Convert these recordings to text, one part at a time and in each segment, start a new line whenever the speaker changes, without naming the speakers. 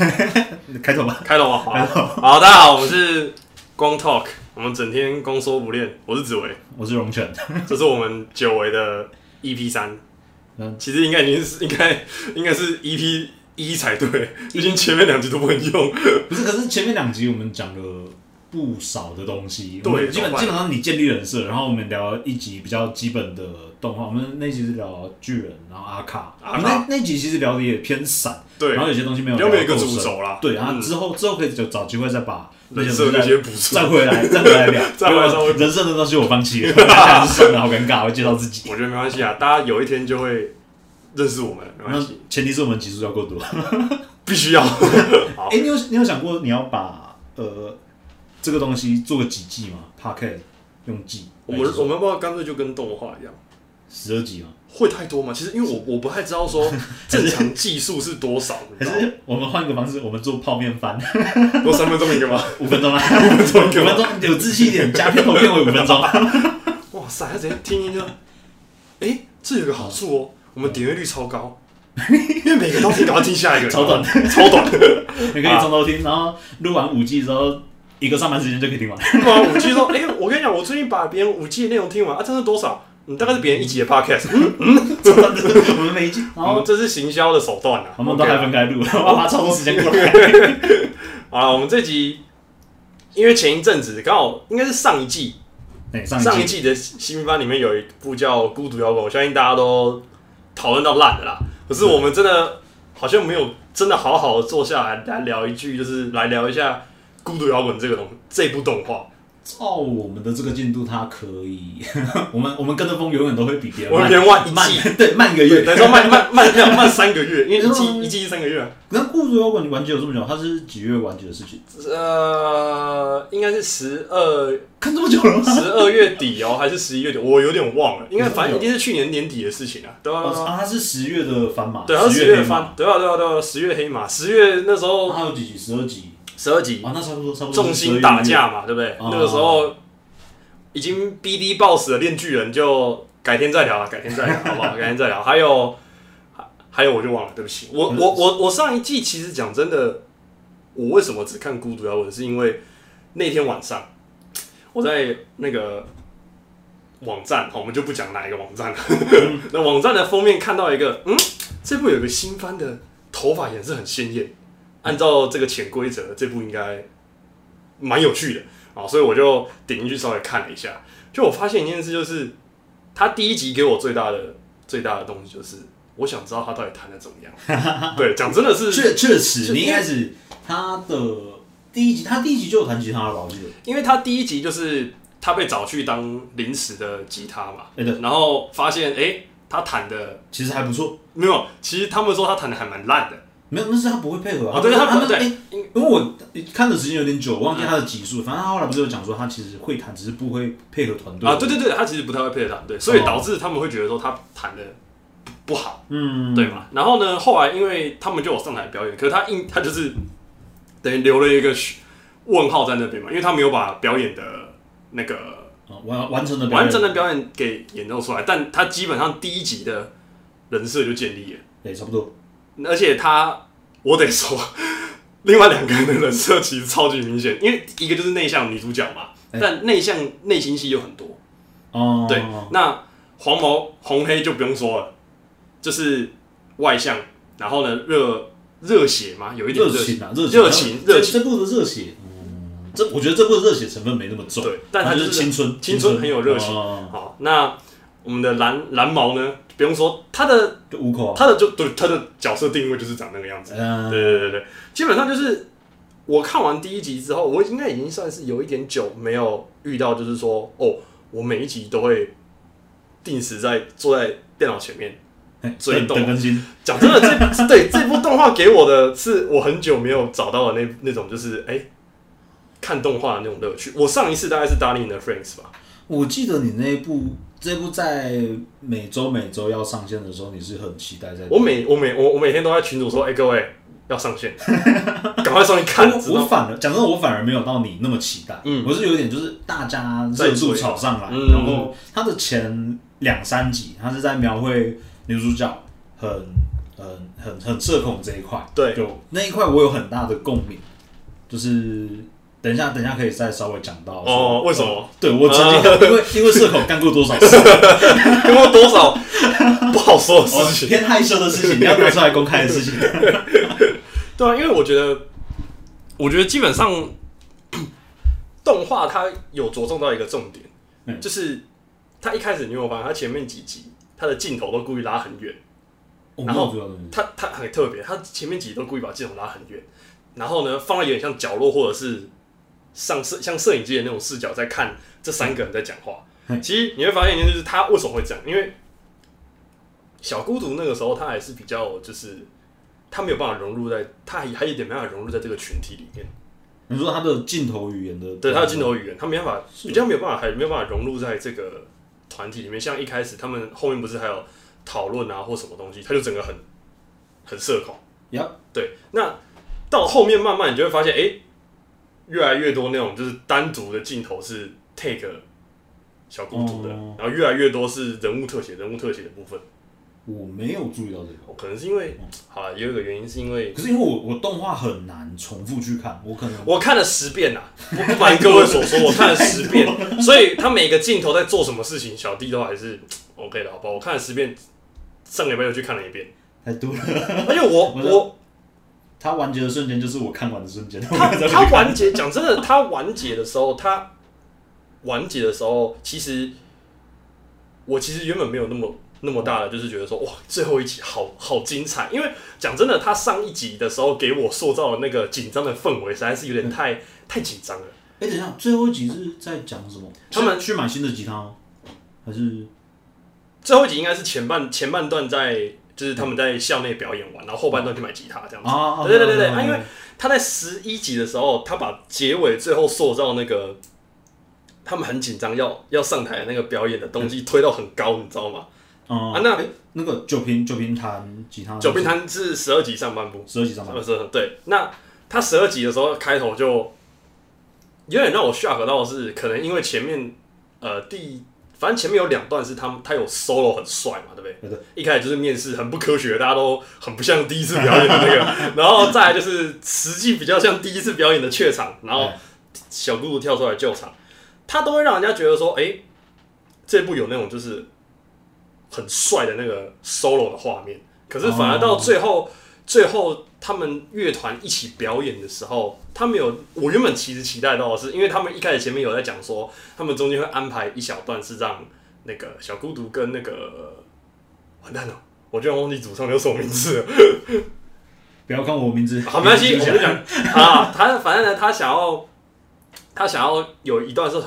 开头吧，
开头吧，好
开头
好，大家好，我们是光 Talk，我们整天光说不练，我是紫 薇，
我是荣犬。
这是我们久违的 EP 三
嗯，
其实应该已经是应该应该是 EP 一才对，毕竟前面两集都不能 用，
不是，可是前面两集我们讲了不少的东西，
对
我们基本
怎么办
基本上你建立人设，然后我们聊一集比较基本的动画，我们那集是聊巨人，然后阿卡，
阿卡
我们那那集其实聊的也偏散，
对
然，后有些东西没有
比较
聊
没有一个
够
主
深
轴啦
对，然后
嗯
之后之后可以就找机会再把那
人
些
设
东
那
西
些补
再再
充，
回来再回来聊，
再回来
不
稍
然
微
人设的东西我放弃了， 大家是算了，好尴尬，我会介绍自己。
我觉得没关系啊，大家有一天就会认识我们，没
那
关系，
前提是我们集数要够多。嗯
必须 要，好
哎、，你有你有想过你要把呃这个东西做个几季吗 p o c a s t 用季，
我们我们要不要干脆就跟动画一样？
十二集吗？
会太多吗？其实因为我我不太知道 说正常技术是多少，你
还
知道吗？
是我们换个方式，我们做泡面 番
多三分钟一个吗？
五分钟啊，五分钟，五分钟有志气一点，加片头片尾五 分钟。
哇塞，他直接听一下，哎、这有个好处哦，我们点阅率超高，因为每个都听，赶快听下一个，
超短，
超短，
你可以从头听，然后录完五季之后，一个上班时间就可以听 完。
哇，五 G 说，哎、我跟你讲，我最近把别人五 G 的内容听完啊，真的多少？你大概是别人一集的 podcast，嗯
我们每 一季，然
我们
后
这是行销的手段啊。
我们都还
OK
分
啊
开录，我要花超多时间过来。
好啦我们这集因为前一阵子刚好应该是上一季
哎，上
上
一
一
季
季的新番里面有一部叫《孤独摇滚》，我相信大家都讨论到烂的啦。可是我们真的好像没有真的好好坐下来来聊一句，就是来聊一下《孤独摇滚》这个东这部动画。
照我们的这个进度，它可以， 我们我们跟的风永远都会比别人
我们
慢
连万一
慢
季，，
对，慢一个月
对，等于说慢慢慢慢慢三个月，因为一季
嗯
一季是三个月，啊
那《孤独摇滚》完结有这么久，它是几月完结的事情？
呃，应该是十二
看这么久了吗？
十二月底哦，还是十一月底，我有点忘了，应该反正一定是去年年底的事情 啊，对啊
哦，啊，它是十月的番嘛？
对啊，十月
黑马
翻，，对啊，对啊，对啊，十月黑马，十月那时候
哦它有几集？十二集
十二集
啊，那差不多，差不多。
重心打，架嘛，对不对？
哦
那个时候已经 BD 爆死了，炼巨人就改天再聊啊，改天 再聊，好不好？改天再聊。还有，还还有我就忘了，对不起。我
嗯
我我我上一季其实讲真的，我为什么只看《孤独摇滚》，是因为那天晚上我在那个网站，好我们就不讲哪一个网站了。 那网站的封面看到一个，嗯，这部有个新番的头发颜色很鲜艳。按照这个潜规则，这部应该蛮有趣的啊，所以我就点进去稍微看了一下，就我发现一件事，就是他第一集给我最大的最大的东西就是，我想知道他到底弹的怎么 样。对，讲真的是，
确确
就
实，你一开始它的第一集，它第一集就有弹吉他了吧？我记得。
因为他第一集就是他被找去当临时的吉他嘛，
哎，对，
然后发现哎、诶他弹的
其实还不错。
没有，其实他们说他弹的还蛮烂的。
没有，那是他不会配合
哦对他不
他们
对
哎，因为我看的时间有点久，忘记他的集数。反正他后来不是有讲说，他其实会弹，只是不会配合团队
啊，对，对对，他其实不太会配合他，对，
哦
所以导致他们会觉得说他弹的不不好，
嗯，
对嘛？然后呢，后来因为他们就有上台表演，可是他硬他就是等于留了一个嘘问号在那边嘛，因为他没有把表演的那个
啊，完完成了表演
完整的表演给演奏出来，但他基本上第一集的人设就建立了，
对，差不多。
而且他我得说， 另外两个人的人设其实超级明显，因为一个就是内向女主角嘛，
哎
但内向内心戏有很多。
哦，
对，那黄毛红黑就不用说了，就是外向，然后呢热热血嘛，有一点
热
热血，
情啊，热
热情
这
热情
这部的热血，嗯，这我觉得这部的热血成分没那么重，
对，但他
它
就
就是
是
青春，
青春很有热情
哦
好。那我们的蓝蓝毛呢，不用说，他的
就五口啊，
他的就对他的角色定位就是长那个样子。对
嗯，
对对对，基本上就是我看完第一集之后，我应该已经算是有一点久没有遇到，就是说哦，我每一集都会定时在坐在电脑前面最
哎等
动啊
等更新，
讲真的，这对这部动画给我的是我很久没有找到的那那种，就是哎、看动画的那种乐趣。我上一次大概是《Darling in the Franks》吧，
我记得你那一部这部在每周每周要上线的时候，你是很期待在。
我每我每我我每天都在群主说，哎、各位要上线，赶快上去看，知
我
道
我
吗？
反而讲真的，我反而没有到你那么期待。
嗯
我是有点就是大家
在
热度
追
炒上来，
嗯
然后他的前两三集，他是在描绘女主角很很很很社恐这一块，
对
就那一块我有很大的共鸣。就是等一下，等一下可以再稍微讲到说
哦为什么？嗯
对我曾经因为因为社恐干过多少 事，
有没有多少不好说的事情？
偏害羞的事情，你要拿出来公开的事情。
对啊，因为我觉得，我觉得基本上 动画它有着重到一个重点，
嗯
就是它一开始你有没有发现，它前面几集它的镜头都故意拉很远，
我
然
没
后
有主要的东西，
它它很特别，它前面几集都故意把镜头拉很远，然后呢放在有点像角落或者是上摄像摄影机的那种视角在看这三个人在讲话。
嗯
其实你会发现一件事，就是他为什么会这样，因为小孤独那个时候他还是比较就是他没有办法融入在，他还还有一点没办法融入在这个群体里面。
你说他的镜头语言的，
对他的镜，头语言，他没办法，
啊是
比较没有办法，还没有办法融入在这个团体里面。像一开始他们后面不是还有讨论啊或什么东西，他就整个很很社恐。
呀，
对，那到后面慢慢你就会发现，哎、越来越多那种就是单独的镜头是 take 小公主的，
哦
然后越来越多是人物特写，人物特写的部分。
我没有注意到这个。
哦可能是因为，好了，也有一个原因是因为
可是因为我我动画很难重复去看，我可能
我看了十遍啦、不不瞒各位所说，我看了十遍，所以他每个镜头在做什么事情，小弟都还是 OK 的，好不好？我看了十遍，上礼拜又去看了一遍，
太多了。
而且我
我
我
它完结的瞬间就是我看完的瞬间， 哎
他他完结，讲真的，他完结的时候，他完结的时候，其实我其实原本没有那么那么大的，就是觉得说哇，最后一集好好精彩。因为讲真的，他上一集的时候给我塑造的那个紧张的氛围，实在是有点太、太紧张了。
哎、等一下，最后一集是在讲什么？
他们
是去买新的吉他吗？还是
最后一集应该是前半前半段在就是他们在校内表演完，然后后半段去买吉他这样子。
啊？
嗯对对对对，
啊
啊，因为他在十一集的时候，他把结尾最后塑造那个他们很紧张要要上台的那个表演的东西推到很高，你知道吗？
嗯
啊，那
诶那个九平九平弹吉他，
九平摊是十二集上半部，
十二集上
二
班，
十二对。那他十二集的时候开头就有点让我 shock 到的是，可能因为前面呃第反正前面有两段是他们他有 solo 很帅嘛，对不对？
对对
一开始就是面试很不科学，大家都很不像第一次表演的那个，然后再来就是实际比较像第一次表演的怯场，然后小姑姑跳出来救场，他都会让人家觉得说，哎、这部有那种就是很帅的那个 solo 的画面，可是反而到最后，最后他们乐团一起表演的时候，他们有我原本其实期待到的是，因为他们一开始前面有在讲说，他们中间会安排一小段是让那个小孤独跟那个完蛋了，我居然忘记主唱叫什么名字了。
不要看我名字，
好，没关系，
你
我
自己
们讲啊，他反正呢，他想要，他想要有一段是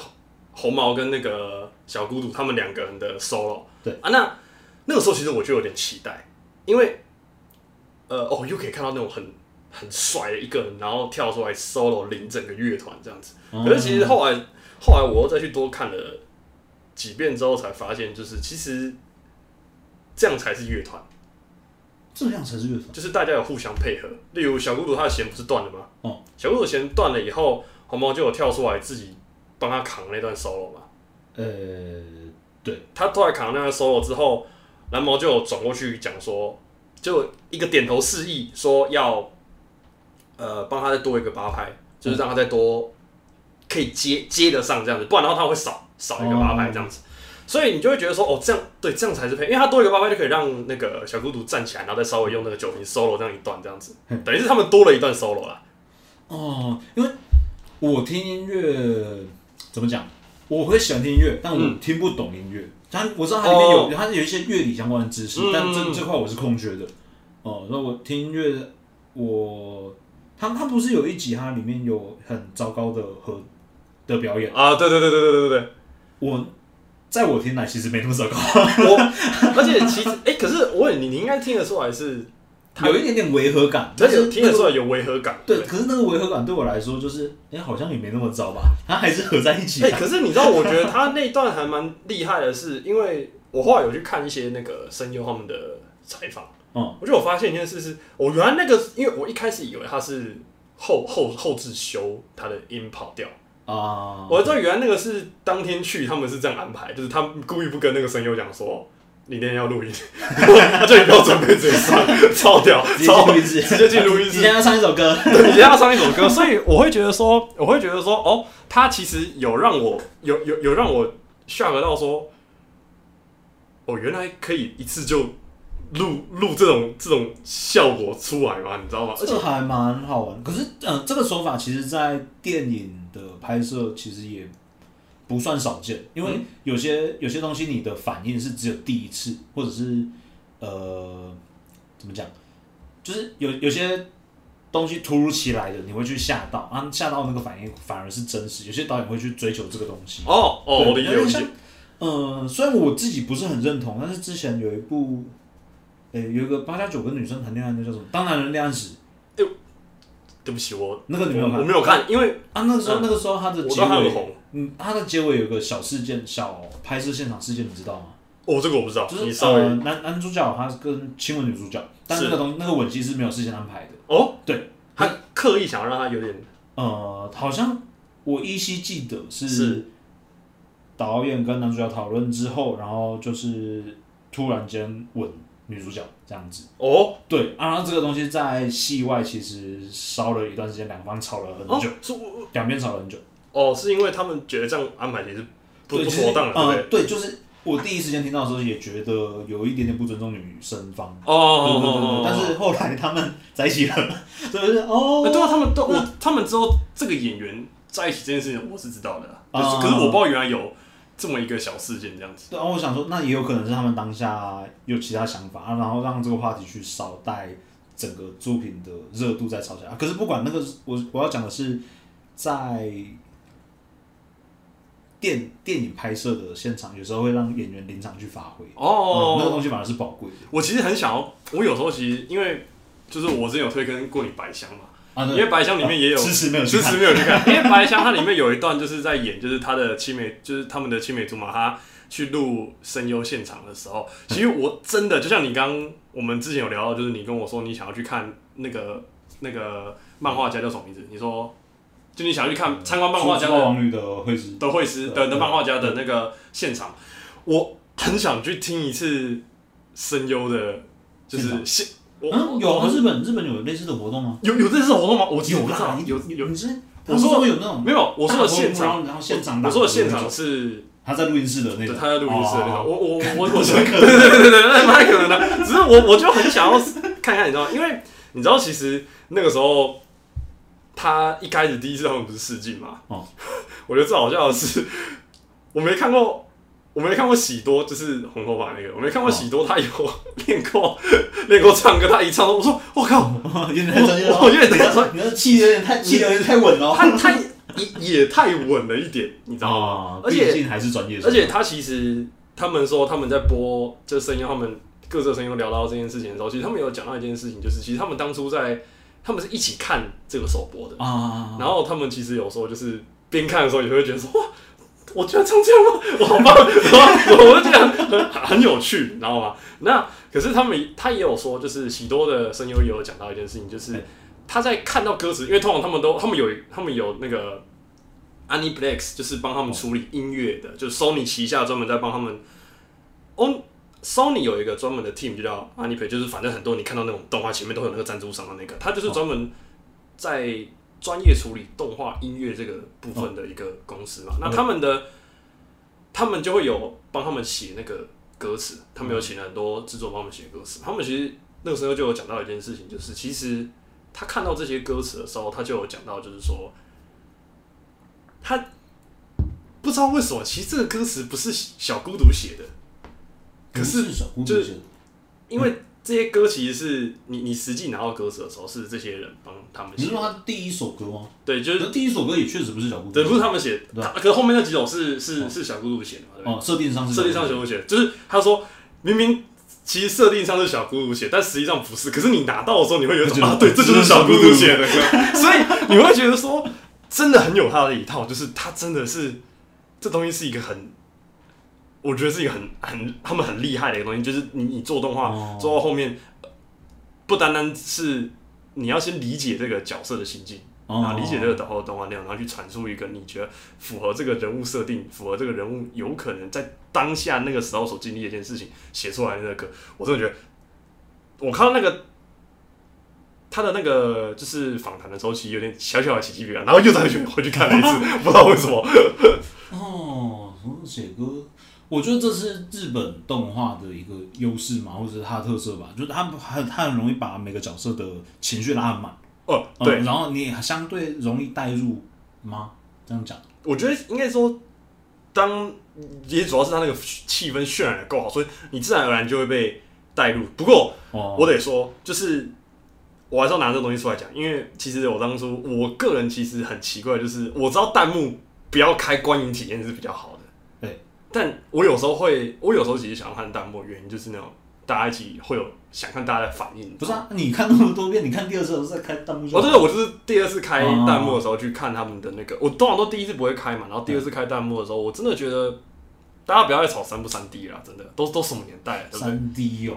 红毛跟那个小孤独他们两个人的 solo。
对
啊，那那个时候其实我就有点期待，因为呃哦，又可以看到那种很很帅的一个人，然后跳出来 solo 领整个乐团这样子。
嗯
可是其实后来后来我又再去多看了几遍之后，才发现就是其实这样才是乐团。
这样才是乐团
就是大家有互相配合。例如小孤独他的弦不是断了吗？
哦
小孤独的弦断了以后，红毛就有跳出来自己帮他扛那段 solo 嘛。
呃，对，
他突然扛那段 solo 之后，蓝毛就有转过去讲说，就一个点头示意说要，呃，帮他再多一个八拍，就是让他再多可以接接得上这样子，不然的话他会少少一个八拍这样子。所以你就会觉得说，哦，这样对，这样才是配，因为他多一个八拍就可以让那个小孤独站起来，然后再稍微用那个九平 solo 这样一段这样子，等于是他们多了一段 solo 啦。
哦，因为我听音乐怎么讲，我会喜欢听音乐，但我
嗯
听不懂音乐。它我知道它里面有，
哦
它有一些乐理相关的知识，
嗯
但这这块我是空缺的。哦，那我听音乐，我他他不是有一集，它里面有很糟糕的和的表演，
啊，对对对对对对对对。
我在我听来其实没那么糟 糕，
我
嗯
而且其实，哎、可是我问你，你应该听得出来是，他
有一点点违和感，
而
但
且
是
听得出来有违和感。
对，可是那个违和感对我来说就是，哎、好像也没那么糟吧，它还是合在一起
哎、
的。
可是你知道，我觉得他那一段还蛮厉害的是，因为我后来有去看一些那个声优他们的采访，
嗯，
我就有发现一件事是，我原来那个，因为我一开始以为他是后后后置修他的音跑掉，
啊、
我知道原来那个是当天去他们是这样安排，就是他们故意不跟那个声优讲说，你那天要录音， 他叫你不要准备直接上，超屌，
直接
超
进录音室
直接进录音
今
室，
天要唱一首歌，
对，你接要上一首歌，所以我会觉得说，我会觉得说，哦，他其实有让我有有有让我 shock 到说，哦，原来可以一次就录录这种这种效果出来嘛，你知道吗？而且
这还蛮好玩。可是，呃，这个手法其实，在电影的拍摄其实也不算少见，因为有些、有些东西你的反应是只有第一次，或者是呃，怎么讲，就是有有些东西突如其来的，你会去吓到啊，吓到那个反应反而是真实。有些导演会去追求这个东西。
哦哦，
对
我理解，
有
我
点
理
像
解，
嗯，虽然我自己不是很认同，但是之前有一部，诶、有一个八加九跟女生谈恋爱，那叫什么？当男人恋爱时，
对不起，我
那个你没有
我
看
我没有看，因为
啊？那个时候，
嗯
那个时候他的
我知
结
道他很
尾，
红，
嗯，他的结尾有个小事件，小拍摄现场事件，你知道吗？
哦，这个我不知道，
就
你
是
稍微
呃，男男主角他跟亲吻女主角，但
是
那个东那个吻戏是没有事先安排的。
哦，
对，
他刻意想要让他有点
呃，好像我依稀记得是
是
导演跟男主角讨论之后，然后就是突然间吻女主角这样子。
哦
对啊，这个东西在戏外其实烧了一段时间，两方吵了很
哦
久，，
是我
两边吵了很久，
哦，是因为他们觉得这样安排其实不
对
不
其实
妥当了，对不对
呃？对，就是我第一时间听到的时候也觉得有一点点不尊重女生方，
哦哦哦
对对对
哦
对，，嗯但是后来他们在一起了， 所以我就
欸、对
哦，
啊，他们都我他们之后这个演员在一起这件事情我是知道的啦，可是、
啊
可是我不知道原来有这么一个小事件这样子。
对啊，我想说那也有可能是他们当下有其他想法，啊然后让这个话题去烧带整个作品的热度再炒起来。啊可是不管那个，我我要讲的是在电电影拍摄的现场，有时候会让演员临场去发挥，嗯那个
哦，
东西反而是宝贵的
我其实很想要，我有时候其实因为就是我之前有推跟过你白香嘛，
啊。
因
对，
为白香里面也有。
迟迟 没有去
迟
看
迟没有去看，因为白香它里面有一段就是在演，就是他的青梅，就是他们的青梅竹马，他去录声优现场的时候，其实我真的就像你刚我们之前有聊到，就是你跟我说你想要去看那个那个漫画家叫什么名字？你说就你想要去看参观漫画家
除
的
了王女的会师，
的会师的的漫画家的那个现场，我很想去听一次声优的，就是现我
嗯，有啊日本日本有类似的活动吗？
有有这次活动吗？我其实不知道
啦，
有
你
有
你是
我说
他们有那种
没有？我说的现
大活
场，
动然后现场打
我说的
鼓
现
那
场
种
是
他在录音室的那
对
种，
他在录音室的那
哦
种，我我我 我说对对对对对，那蛮可能 的，只是我我就很想要看看，你知道吗，因为你知道其实那个时候。他一开始第一次他们不是试镜嘛？
哦，
我觉得最好笑的是，我没看过，我没看过喜多，就是红头发那个，我没看过喜多，他有练过练过唱歌，他一唱，我说我靠，
有点太专业了，
我我有点太专
你的气有点太气流有点太稳了哦，
他 他也也太稳了一点，你知道吗？
啊
而且
毕竟还是专业水
而
平，
且他其实他们说他们在播这声优，他们各自的声优聊到这件事情的时候，其实他们有讲到一件事情，就是其实他们当初在他们是一起看这个首播的，
啊，
然后他们其实有时候就是边看的时候也会觉得说哇。我居然唱这样吗？我好棒！然后我就觉得很很有趣，你知道吗？那可是他们他也有说，就是喜多的声优也有讲到一件事情，就是他在看到歌词，因为通常他们都他们有他们有那个 Aniplex，就是帮他们处理音乐的，就是 Sony 旗下专门在帮他们。哦，Sony 有一个专门的 team 就叫 Aniplex，就是反正很多你看到那种动画前面都有那个赞助商的那个，他就是专门在专业处理动画音乐这个部分的一个公司嘛。那他们的他们就会有帮他们写那个歌词，他们有请了很多制作帮他们写歌词。他们其实那个时候就有讲到一件事情，就是其实他看到这些歌词的时候，他就有讲到，就是说他不知道为什么，其实这个歌词不是小孤独写的，可是
不小姑
就
就是
因为这些歌其实是你你实际拿到歌词的时候，是这些人帮他们
你是
写
说
的。
他第一首歌吗？
对，就
可
是
是第一首歌也确实不是小姑
对，不是啊
姑，
他们写，的，
对
他可是后面那几首是是是小咕噜写的嘛，对不
哦，设定上
对？
是
设定上小咕噜写的，就是他说明明其实设定上是小咕噜写，但实际上不是，可是你拿到的时候你会有一种
就觉得
啊，对，这就是小咕噜写的歌， 所以你会觉得说真的很有他的一套，就是他真的是这东西是一个很。我觉得是一个很很他们很厉害的一个东西，就是你你做动画、
哦
做到后面，呃不单单是你要先理解这个角色的心境，啊，理解这个导后的动画内容，然后去阐述一个你觉得符合这个人物设定、符合这个人物有可能在当下那个时候所经历的一件事情写出来的那个，我真的觉得，我看到那个他的那个就是访谈的时候，其实有点小小的起鸡皮疙瘩，然后又再去回去看了一次，不知道为什么。
哦，什么写歌？我觉得这是日本动画的一个优势嘛，或者是它的特色吧，就是他们很他很容易把每个角色的情绪拉很满，
哦，
嗯
对，
然后你相对容易带入吗？这样讲，
我觉得应该说，当也主要是他那个气氛渲染的够好，所以你自然而然就会被带入。不过
哦，
我得说，就是我还是要拿这个东西出来讲，因为其实我当初我个人其实很奇怪，就是我知道弹幕不要开观影体验是比较好的，
对，
但我有时候会，我有时候其实想要看弹幕，原因就是那种大家一起会有想看大家的反应，
不是啊，你看那么多遍，你看第二次都是在开弹幕就
我
好
真的，我就是第二次开弹幕的时候去看他们的那个，我通常都第一次不会开嘛，然后第二次开弹幕的时候，我真的觉得大家不要再吵三不三 D 了啦，真的，都都什么年代了，对不对？
三 D 哦，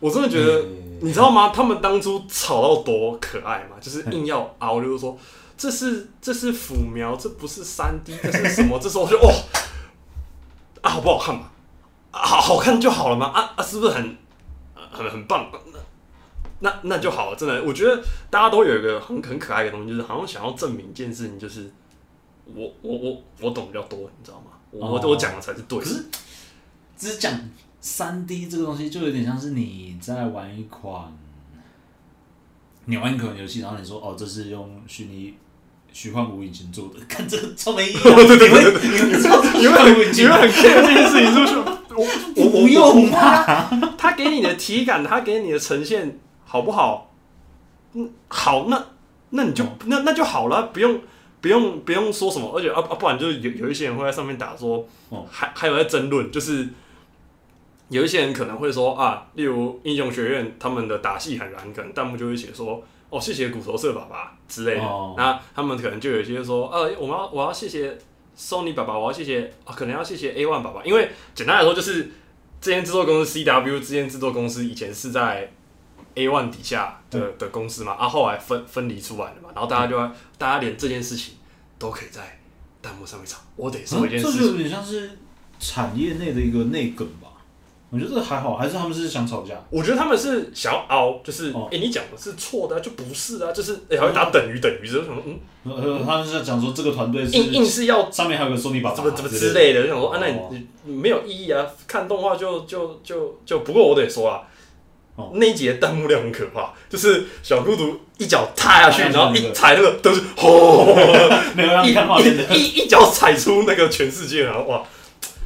我真的觉得，
嗯
你知道吗？他们当初吵到多可爱嘛，就是硬要熬，就是说这是这是辅苗，这不是三 D，这是什么？这时候我就哦，啊，好不好看嘛？啊，好好看就好了嘛？啊啊，是不是很呃很很棒？那那那就好了，真的，我觉得大家都有一个很很可爱的东西，就是好像想要证明一件事情，就是我我我我懂比较多，你知道吗？我我
哦
我讲的才是对的。
可是只是讲三 D 这个东西，就有点像是你在玩一款，你玩一款游戏，然后你说哦，这是用虚拟虚幻无引擎做的，看这个超没意义、啊，
对对对对
你会你会知道这是
你们很你
虚幻无引
们
擎
很
吗，
care 这件事情是不是？我我我
不用
啊！他给你的体感，他给你的呈现好不好？嗯，好，那那你
嗯
就、那那就好了，不用不用不用说什么，而且啊啊，不然就是有有一些人会在上面打说，
哦
还还有在争论，就是有一些人可能会说啊，例如英雄学院他们的打戏很燃，可能弹幕就会写说。哦，谢谢骨头社爸爸之类的，
哦
那他们可能就有一些说，呃，我们要我要谢谢 Sony 爸爸，我要谢谢，啊、可能要谢谢 A One 爸爸，因为简单来说就是这间制作公司 CW 这间制作公司以前是在 A One 底下的的公司嘛，啊，后来分分离出来了嘛，然后大家就要大家连这件事情都可以在弹幕上面吵，我得说一件
嗯
事
这
情
就，有点像是产业内的一个内梗吧。我觉得这还好，还是他们是想吵架。
我觉得他们是想要凹，就是哎、
哦
诶你讲的是错的、啊，就不是啊，就是哎、还会打等于等于，就是什么嗯，
呃，他们是在讲说这个团队是
硬硬是要啊
上面还有个 Sony 爸爸
怎么怎么之
类的，
类的，就想说啊，那
哦
你你没有意义啊！看动画就就就就，不过我得说啊
哦，
那一集的弹幕量很可怕，就是小孤独一脚踏下去，
踏下去
然后
那
一
个
踩那个都是轰，
没有让
一
你看画面的。
一一一脚踩出那个全世界，然后哇，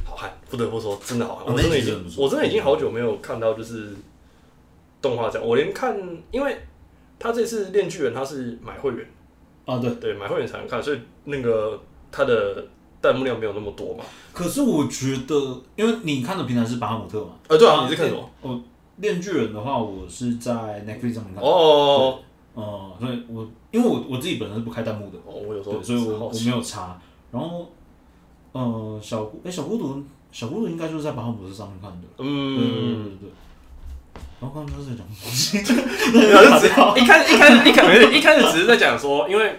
好看！不得不说，真的好看，
哦
我真
那
的
一
已
集
经
真的不错
我真的已经好久没有看到就是动画这样，我连看，因为他这次《链锯人》他是买会员。
啊，对。
对，买会员才能看，所以那个它的弹幕量没有那么多嘛。
可是我觉得，因为你看的平台是巴哈姆特嘛，
呃，对啊，你是看什么？
我《炼巨人》的话，我是在 Netflix 上面看的，
哦，
哦、所以我因为我我自己本身是不开弹幕的
哦，我有时候
对，所以我
好
我
奇
没有查。然后，呃，小孤哎、小孤独，小孤独应该就是在巴哈姆特上面看的，对对对
嗯，
对对。然后刚刚就是在讲什么东西，
然后就只一开始一开始一开始一开始只是在讲说，因为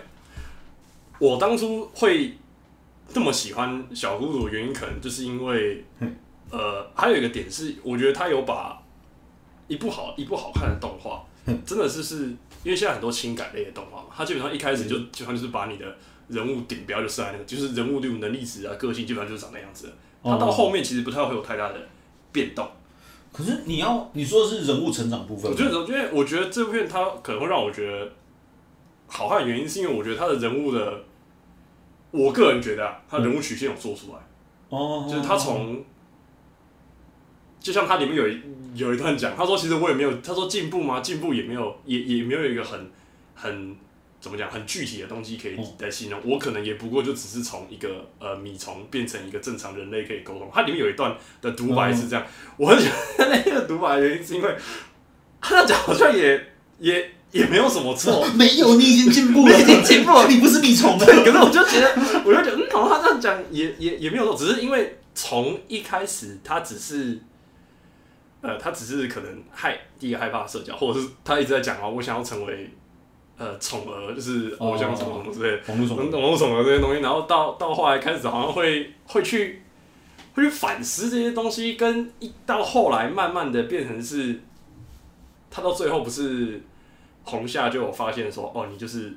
我当初会这么喜欢小孤独的原因，可能就是因为呃，还有一个点是，我觉得他有把一部好一部好看的动画，真的是是因为现在很多情感类的动画嘛，它基本上一开始就基本上就是把你的人物顶标就设在那个，就是人物例如能力值啊、个性，基本上就是长那样子的。它到后面其实不太会有太大的变动。
可是你要你说的是人物成长部分
我
吗，
觉得，因为我觉得这部片它可能会让我觉得好看的原因，是因为我觉得它的人物的，我个人觉得啊，它人物曲线有做出来，
哦，
就是他从，就像它里面有一有一段讲，他说其实我也没有，他说进步吗？进步也没有，也也没有一个很很怎么讲很具体的东西可以
嗯
来形容。我可能也不过就只是从一个呃米虫变成一个正常人类可以沟通。它里面有一段的独白是这样，我很喜欢那个独白的原因是因为他讲好像也也也没有什么错，
没有，你已经进步了，
你已经进步了
你不是米虫了。
对，可是我就觉得，我就觉得，嗯，好像他这样讲也也也没有错，只是因为从一开始他只是，呃，他只是可能害第一个害怕社交，或者是他一直在讲啊，我想要成为呃宠儿，就是偶像宠儿之类的。
网络
懂
中
懂什么这些东西，然后到到后来开始好像会会去会去反思这些东西，跟一到后来慢慢的变成是，他到最后不是红夏就有发现说，哦，你就是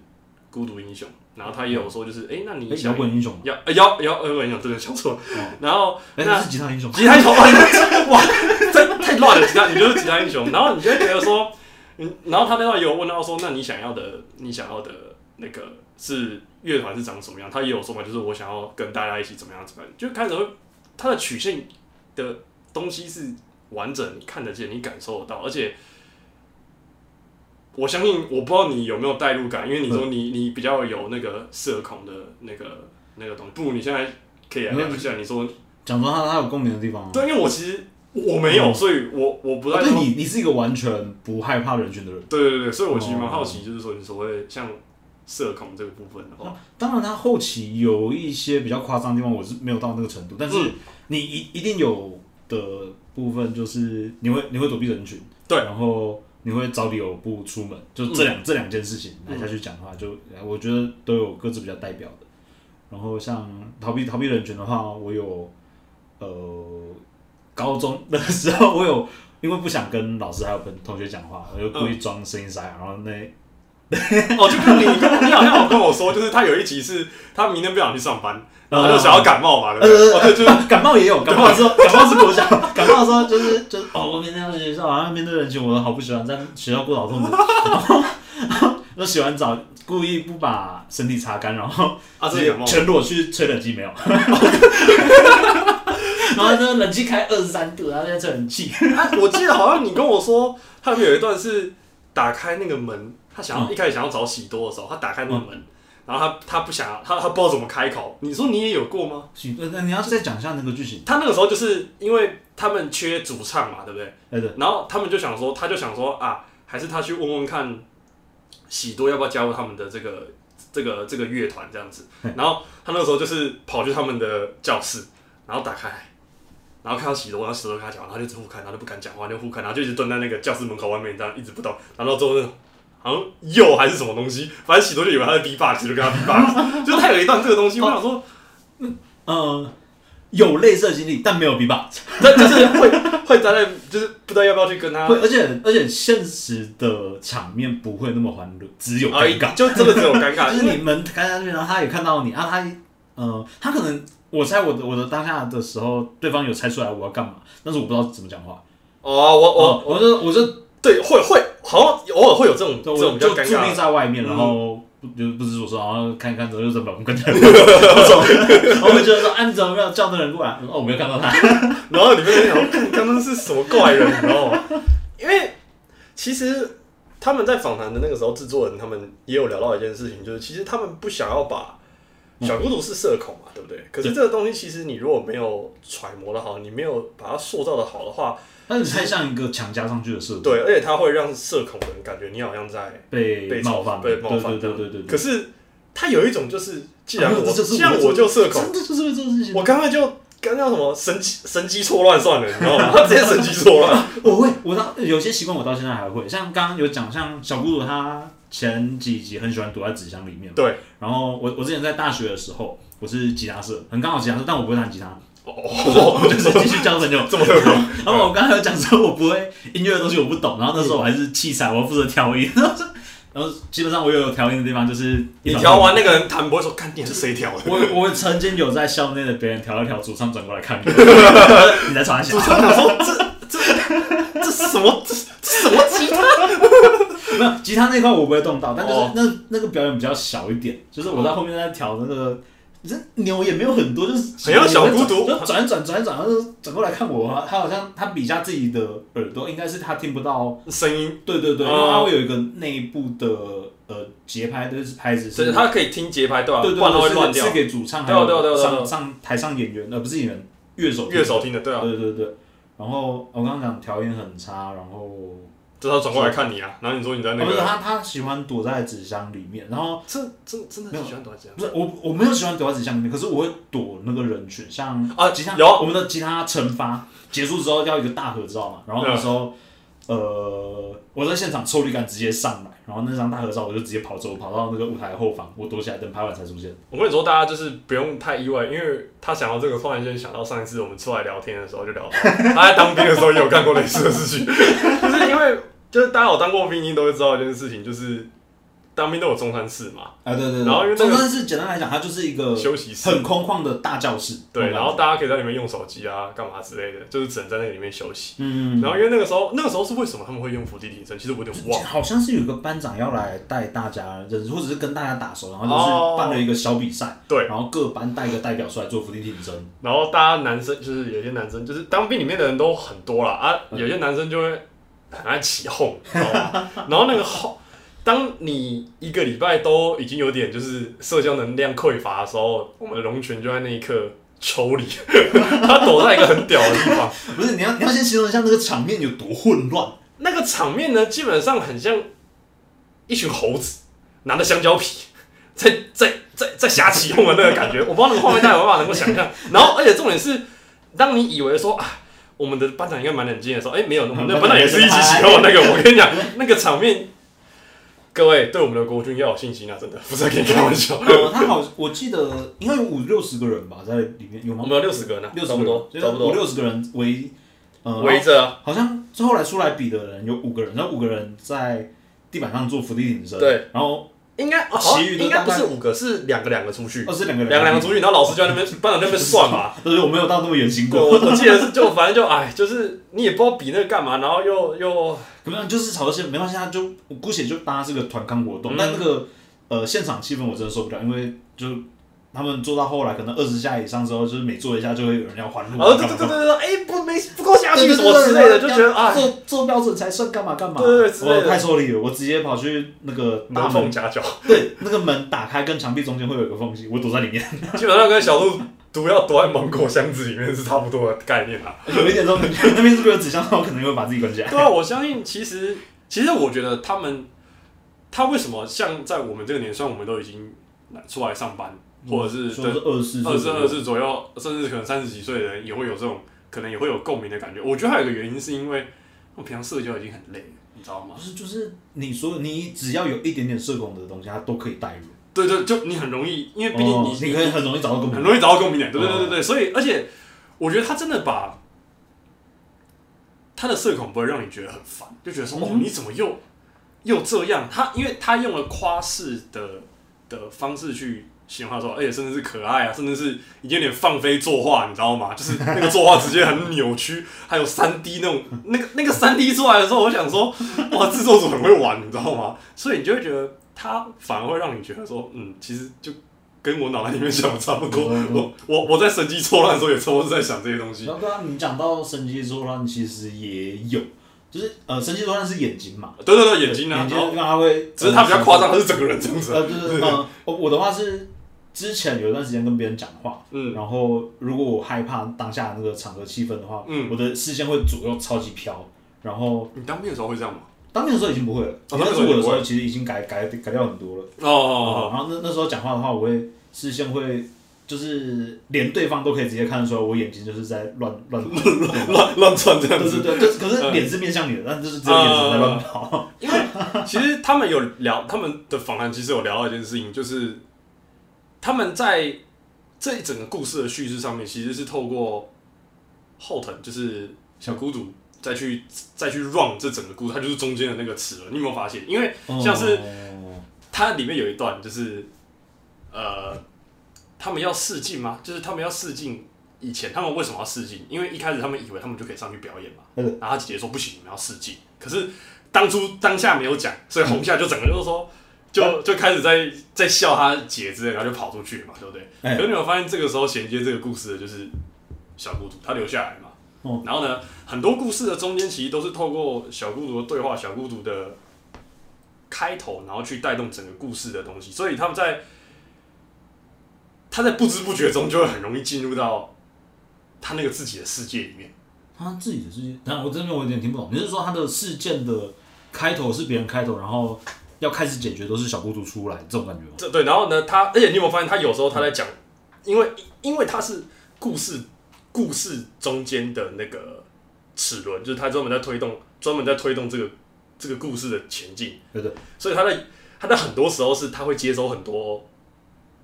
孤独英雄，然后他也有说就是，哎、那你
诶摇
想
滚英雄嘛，
摇呃摇摇摇滚英雄真的想错了，然后
哎，
那
那是吉他英雄，
吉他英雄，哇，这 哇这太乱了，吉他你就是吉他英雄，然后你就会觉得 说，嗯，然后他那道也有问到说，那你想要的，你想要的那个是乐团是长什么样？他也有说嘛，就是我想要跟大家一起怎么样怎么样，就开始会他的曲线的东西是完整，你看得见，你感受得到，而且。我相信，我不知道你有没有代入感，因为你说你你比较有那个社恐的那个那个东西，不如你现在可以来聊一下，你说
讲说他他有共鸣的地方吗？
对，因为我其实我没有，所以我我不太
啊
说
对你，你是一个完全不害怕人群的人。
对对对，所以我其实蛮好奇，就是说你所谓像社恐这个部分的话，
当然，他后期有一些比较夸张的地方，我是没有到那个程度，但是
嗯
你一一定有的部分就是你会你会躲避人群，
对嗯
然后你会找理由不出门，就这两、这两件事情来下去讲的话，就呃我觉得都有各自比较代表的。然后像逃避逃避人群的话，我有呃高中的时候，我有因为不想跟老师还有跟同学讲话，我就
嗯
故意装声音沙哑，然后那
哦，就看你跟你好像有跟我说，就是他有一集是他明天不想去上班，然后他就想要感冒嘛，对不对？哦对，就是
感冒也有，感冒的时 候，感冒是国小，感冒的时候就是 就是哦，我明天要去学校，然后面对人群，我好不喜欢在学校过劳痛苦。 然后那洗完澡，故意不把身体擦干，然后
啊，这
直
是
接
感冒，
全裸去吹冷气没有？ 然后呢，冷气开二十三度，然后在吹冷气。
啊我记得好像你跟我说，他们有一段是打开那个门，他想要一开始想要找喜多的时候，他打开那个门，然后他他不想要，他他不知道怎么开口，你说你也有过吗？
那你要再讲一下那个剧情？
他那个时候就是因为他们缺主唱嘛，对不对？
哎，对，
然后他们就想说，他就想说啊，还是他去问问看喜多要不要加入他们的这个这个这个乐团这样子。然后他那个时候就是跑去他们的教室，然后打开来，然后看到喜多，然后喜多跟他讲话，然后就一直互看，然后就不敢讲话，就互看，然后就一直蹲在那个教室门口外面这样一直不动，然后到最后那种好像又还是什么东西，反正喜多就以为他在 B box，就跟他 B box，就是他有一段这个东西，我想说，
嗯，有类似的经历，但没有比吧。
他就是会会站在，就是不知道要不要去跟他
会，而且而且现实的场面不会那么欢乐，只有
而已
尴尬。
啊就真的只有尴尬。
就是你门开下去，然后他也看到你啊，他呃，他可能我猜我的我的当下的时候，对方有猜出来我要干嘛，但是我不知道怎么讲话。
哦，我我、
哦，我就我就
对会会好像偶尔会有这种这
就
种
我
比较
就
尴
伫立
尬的，嗯
在外面，然后不就不知所措，然后看一看之后就在门口跟着，然后我就觉得说，啊，你怎么没有叫那人过来？哦，我没有看到他。
然后你们就嗯想，看刚刚是什么怪人，你知道吗？因为其实他们在访谈的那个时候，制作人他们也有聊到一件事情，就是其实他们不想要把小孤独是社恐嘛，对不对？可是这个东西其实你如果没有揣摩的好，你没有把它塑造的好的话，
但是你太像一个强加上去的设定，
对，而且它会让社恐的人感觉你好像在
被
被
冒犯，
被冒犯
对对对对
可
对。
是他有一种就是，既然
啊
我
这是
既
我
然我就社恐，
真的就是会做事情。
我刚才就刚叫什么神机神机错乱算了，你知道吗？ 他直接神机错乱。
我会，我到有些习惯我到现在还会，像刚刚有讲，像小孤独他前几集很喜欢躲在纸箱里面嘛。
对。
然后我我之前在大学的时候，我是吉他社，很刚好吉他社，但我不会弹吉他，
哦，
我就是继续交朋友。
这么特别，
然后我刚才有讲说我不会音乐的东西我不懂，然后那时候我还是器材，我要负责调音。 然后是然后基本上我有调音的地方就是
你调完那个人弹不会说，看你是谁调的？
我我曾经有在校内的别人调一调，主唱转过来看 我，你在传小
主。唱想说这这这什么这 这什么吉他？
没有吉他那块我不会动到，但就是
哦
那、那个表演比较小一点，就是我在后面在调那个，这牛也没有很多，就是
很像小孤独
就转一转转一转，然后就转过来看我，他好像他比一下自己的耳朵，应该是他听不到，
声音，
对对对，
哦
因为他会有一个内部的呃节拍的拍 子
所以
是。
他可以听节拍对吧？
对对
不然他会乱
对，
掉
是。给主唱还
对啊对啊对啊
有
对啊对啊
上上台上演员，呃，不是演员，乐手
乐手听的对啊，
对对对。然后我刚刚讲调音很差，然后
就是他转过来看你啊，然后你说你在那
哦不是
个，
他他喜欢躲在纸箱里面，然后
这真真的很喜欢短这样。
不是我，我没有喜欢躲在纸箱里面，可是我会躲那个人群，像呃
啊
吉他
有
我们的吉他惩罚结束之后要一个大合照嘛，然后那时候呃，我在现场抽离感直接上来，然后那张大合照我就直接跑走，跑到那个舞台后方，我躲起来等拍完才出现。
我跟你说，大家就是不用太意外，因为他想到这个，突然间想到上一次我们出来聊天的时候就聊到，他在当兵的时候也有干过类似的事情， 就是因为就是大家有当过兵，一定都会知道一件事情，就是当兵都有中餐室嘛，
啊，对对对。
然后因为那
中
个
山是简单来讲，它就是一个
休息室
很空旷的大教室。
对，然
后
后大家可以在里面用手机啊，干嘛之类的，就是只能在那里面休息。
嗯，
然后因为那个时候，那个时候是为什么他们会用伏地挺身？其实我有点忘了。
好像是有一个班长要来带大家认识，或者是跟大家打熟，然后就是办了一个小比赛，
对，
然后各班带一个代表出来做伏地挺身。
然后大家男生就是有些男生就是当兵里面的人都很多啦啊，有些男生就会很爱起哄，你知道吗？ 然后那个哄，当你一个礼拜都已经有点就是社交能量匮乏的时候，我们的龙泉就在那一刻抽离， 他躲在一个很屌的地方。
不是，你要你要先形容一下那个场面有多 混乱。
那个场面呢，基本上很像一群猴子拿着香蕉皮 在在在在瞎起哄的那个感觉。我不知道那个画面大家有办法 能够想象。然后，而且重点是，当你以为说啊，我们的班长应该蛮冷静的时候，哎、没有，我们的班长也是一起起哄的那个。我跟你讲，那个场面，各位对我们的国军要有信心啊！真的不是在跟你开玩笑。
呃，他好，我记得应该有五六十个人吧，在里面有
我
吗
们？有六十个呢，
六十
差不多，
个人
差不
五
多，
六十个人围，呃，
围着
好像最后来出来比的人有五个人，那五个人在地板上做伏地挺身，
对，
然后
应该啊好像
其余的
应该不
大概
是五个，是两个两个出去，
二十两个人，
两个两个出去，然后老师就在那边班长在那边算嘛。
对，我没有到那么远行
对，
过，
我我记得是就反正就哎，就是你也不知道比那个干嘛，然后又又
可能就是朝鲜没关系，他就我姑且就当它是个团康活动，
嗯
但那个呃现场气氛我真的受不了，因为就他们做到后来可能二十下以上之后，就是每做一下就会有人要欢呼，
然后对
干
对对
嘛干嘛
对对，哎不没不够下
哦
去
对对
什
对
么之类的，
对
就
对啊
觉得哎
做做标准才算干嘛干嘛，
对对对之类
我
的
太抽离了，我直接跑去那个大
门
门
缝夹角，
对，那个门打开跟墙壁中间会有一个缝隙，我躲在里面，
基本上跟小鹿毒药躲在芒果箱子里面是差不多的概念啦。
有一点这种感觉。那边如果有纸箱的话，我可能会把自己关起来。
对啊，我相信其实其实我觉得他们他为什么像在我们这个年，虽然我们都已经出来上班，或者是
说是二四
二十二十左右，甚至可能三十几岁的人也会有这种，可能也会有共鸣的感觉。我觉得还有一个原因是因为我平常社交已经很累了，你知道吗
不？是就是你说你只要有一点点社恐的东西，它都可以带入。
对对，就你很容易，因为毕竟
哦
你、
你可以哦很容易找到共
很
鸣。
容易找到共鸣点，对对对对对，所以而且我觉得他真的把他的社恐不会让你觉得很烦，就觉得说、
嗯
哦你怎么又又这样？他因为他用了夸饰的的方式去形容他说，而且哎甚至是可爱啊，甚至是已经有点放飞作画，你知道吗？就是那个作画直接很扭曲，还有三 D 那种那个那个三 D 出来的时候，我想说哇，制作组很会玩，你知道吗？所以你就会觉得他反而会让你觉得说，嗯，其实就。跟我脑袋里面想的差不多，
嗯嗯嗯
我我我在神机错乱的时候也差不多是在想这些东西。
然后刚刚啊你讲到神奇作乱，其实也有，就是呃，神奇作乱是眼睛嘛，
对对对，眼睛啊
眼，睛
然后
让它会，
只是他比较夸张，
张。
他是整个人这样子。
呃，就是呃，我我的话是之前有一段时间跟别人讲话，
嗯，
然后如果我害怕当下那个场合气氛的话，
嗯
我的视线会左右超级飘。然后
你当兵的时候会这样吗？
当面的时候已经不会了，
哦
你认识
当面的时候已经不会
我的时候其实已经改改改掉很多了。
哦，
然后那那时候讲话的话，我会视线会就是连对方都可以直接看得出来，我眼睛就是在 乱乱乱乱。
乱乱窜这
对
样子。
对 对，就是可是
嗯
脸是面向你的，但就是只有眼神在乱跑。
因为其实他们有聊，他们的访谈其实有聊到一件事情，就是他们在这一整个故事的叙事上面，其实是透过后藤，就是小孤独再去再去 run 这整个故事，它就是中间的那个齿轮。你有没有发现？因为嗯像是
哦
它里面有一段就是，呃，他们要试镜吗？就是他们要试镜以前，他们为什么要试镜？因为一开始他们以为他们就可以上去表演嘛。
嗯
然后他姐姐说不行，你们要试镜。可是当初当下没有讲，所以红夏就整个就是说，就就开始在在笑他姐之类，然后就跑出去了嘛，对不对？
哎
可是你有没有发现这个时候衔接这个故事的就是小孤独，他留下来嘛。
哦
然后呢，很多故事的中间其实都是透过小孤独的对话、小孤独的开头，然后去带动整个故事的东西。所以他们在他在不知不觉中就会很容易进入到他那个自己的世界里面。
他自己的世界，然后我这边我有点听不懂，你是说他的事件的开头是别人开头，然后要开始解决都是小孤独出来这种感觉吗？
这对，然后呢，他而且你有没有发现，他有时候他在讲，因为因为他是故事故事中间的那个齿轮，就是他专门在推动，专门在推动这个这个故事的前进。
对对，
所以他在他在很多时候是他会接收很多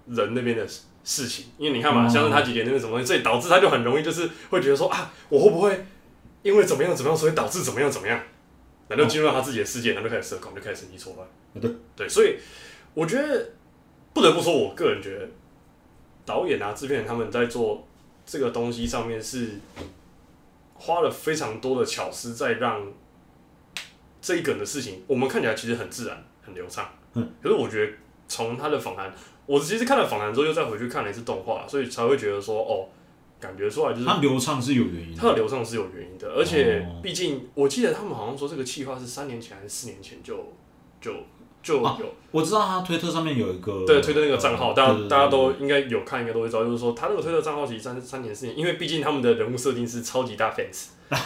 人那边的事事情，因为你看嘛，
哦
像是他姐姐那边什么东西，所以导致他就很容易就是会觉得说啊，我会不会因为怎么样怎么样，所以导致怎么样怎么样，然后进入到他自己的世界，然后就开始社恐，就开始生气挫败。
对
对，所以我觉得不得不说，我个人觉得导演啊、制片人他们在做这个东西上面是花了非常多的巧思，在让这一梗的事情，我们看起来其实很自然、很流畅。
嗯，
可是我觉得从他的访谈，我其实看了访谈之后，又再回去看了一次动画，所以才会觉得说，哦，感觉出来就是
它流畅是有原因的。
它的流畅是有原因的，而且
啊哦
毕竟我记得他们好像说这个企划是三年前还是四年前就就就有、
啊我知道他推特上面有一个
对推特那个账号，大家
嗯对对对
大家都应该有看，应该都会知道，就是说他那个推特账号其实三三年四年，因为毕竟他们的人物设定是超级大 fans，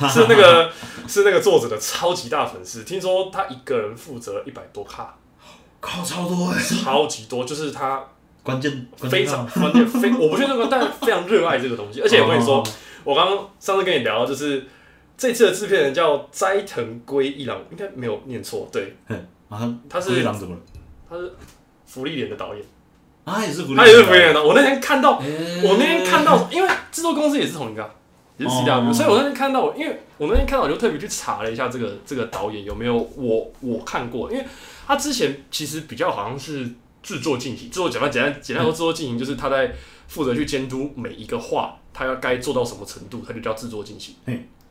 是那个是那个作者的超级大粉丝，听说他一个人负责一百多卡，
靠超多哎、
超级多，就是他
关键关
非
键
常关键非我不确定那个，但非常热爱这个东西，而
而
且我跟你
哦
说，我刚刚上次跟你聊到，就是这次的制片人叫斋藤圭一郎，应该没有念错，对，
啊，
他是
灰狼怎么了？
他是福利脸的导演，
啊，也是福利，
他也是福利脸的导演。我那天看到，
哎
我那天看到，因为制作公司也是同一个啊，也是 CW，、
哦
所以我那天看到，我因为我那天看到，我就特别去查了一下这个这个导演有没有我我看过，因为他之前其实比较好像是制作进行，制作简单简单简单说制作进行就是他在负责去监督每一个画，他要该做到什么程度，他就叫制作进行。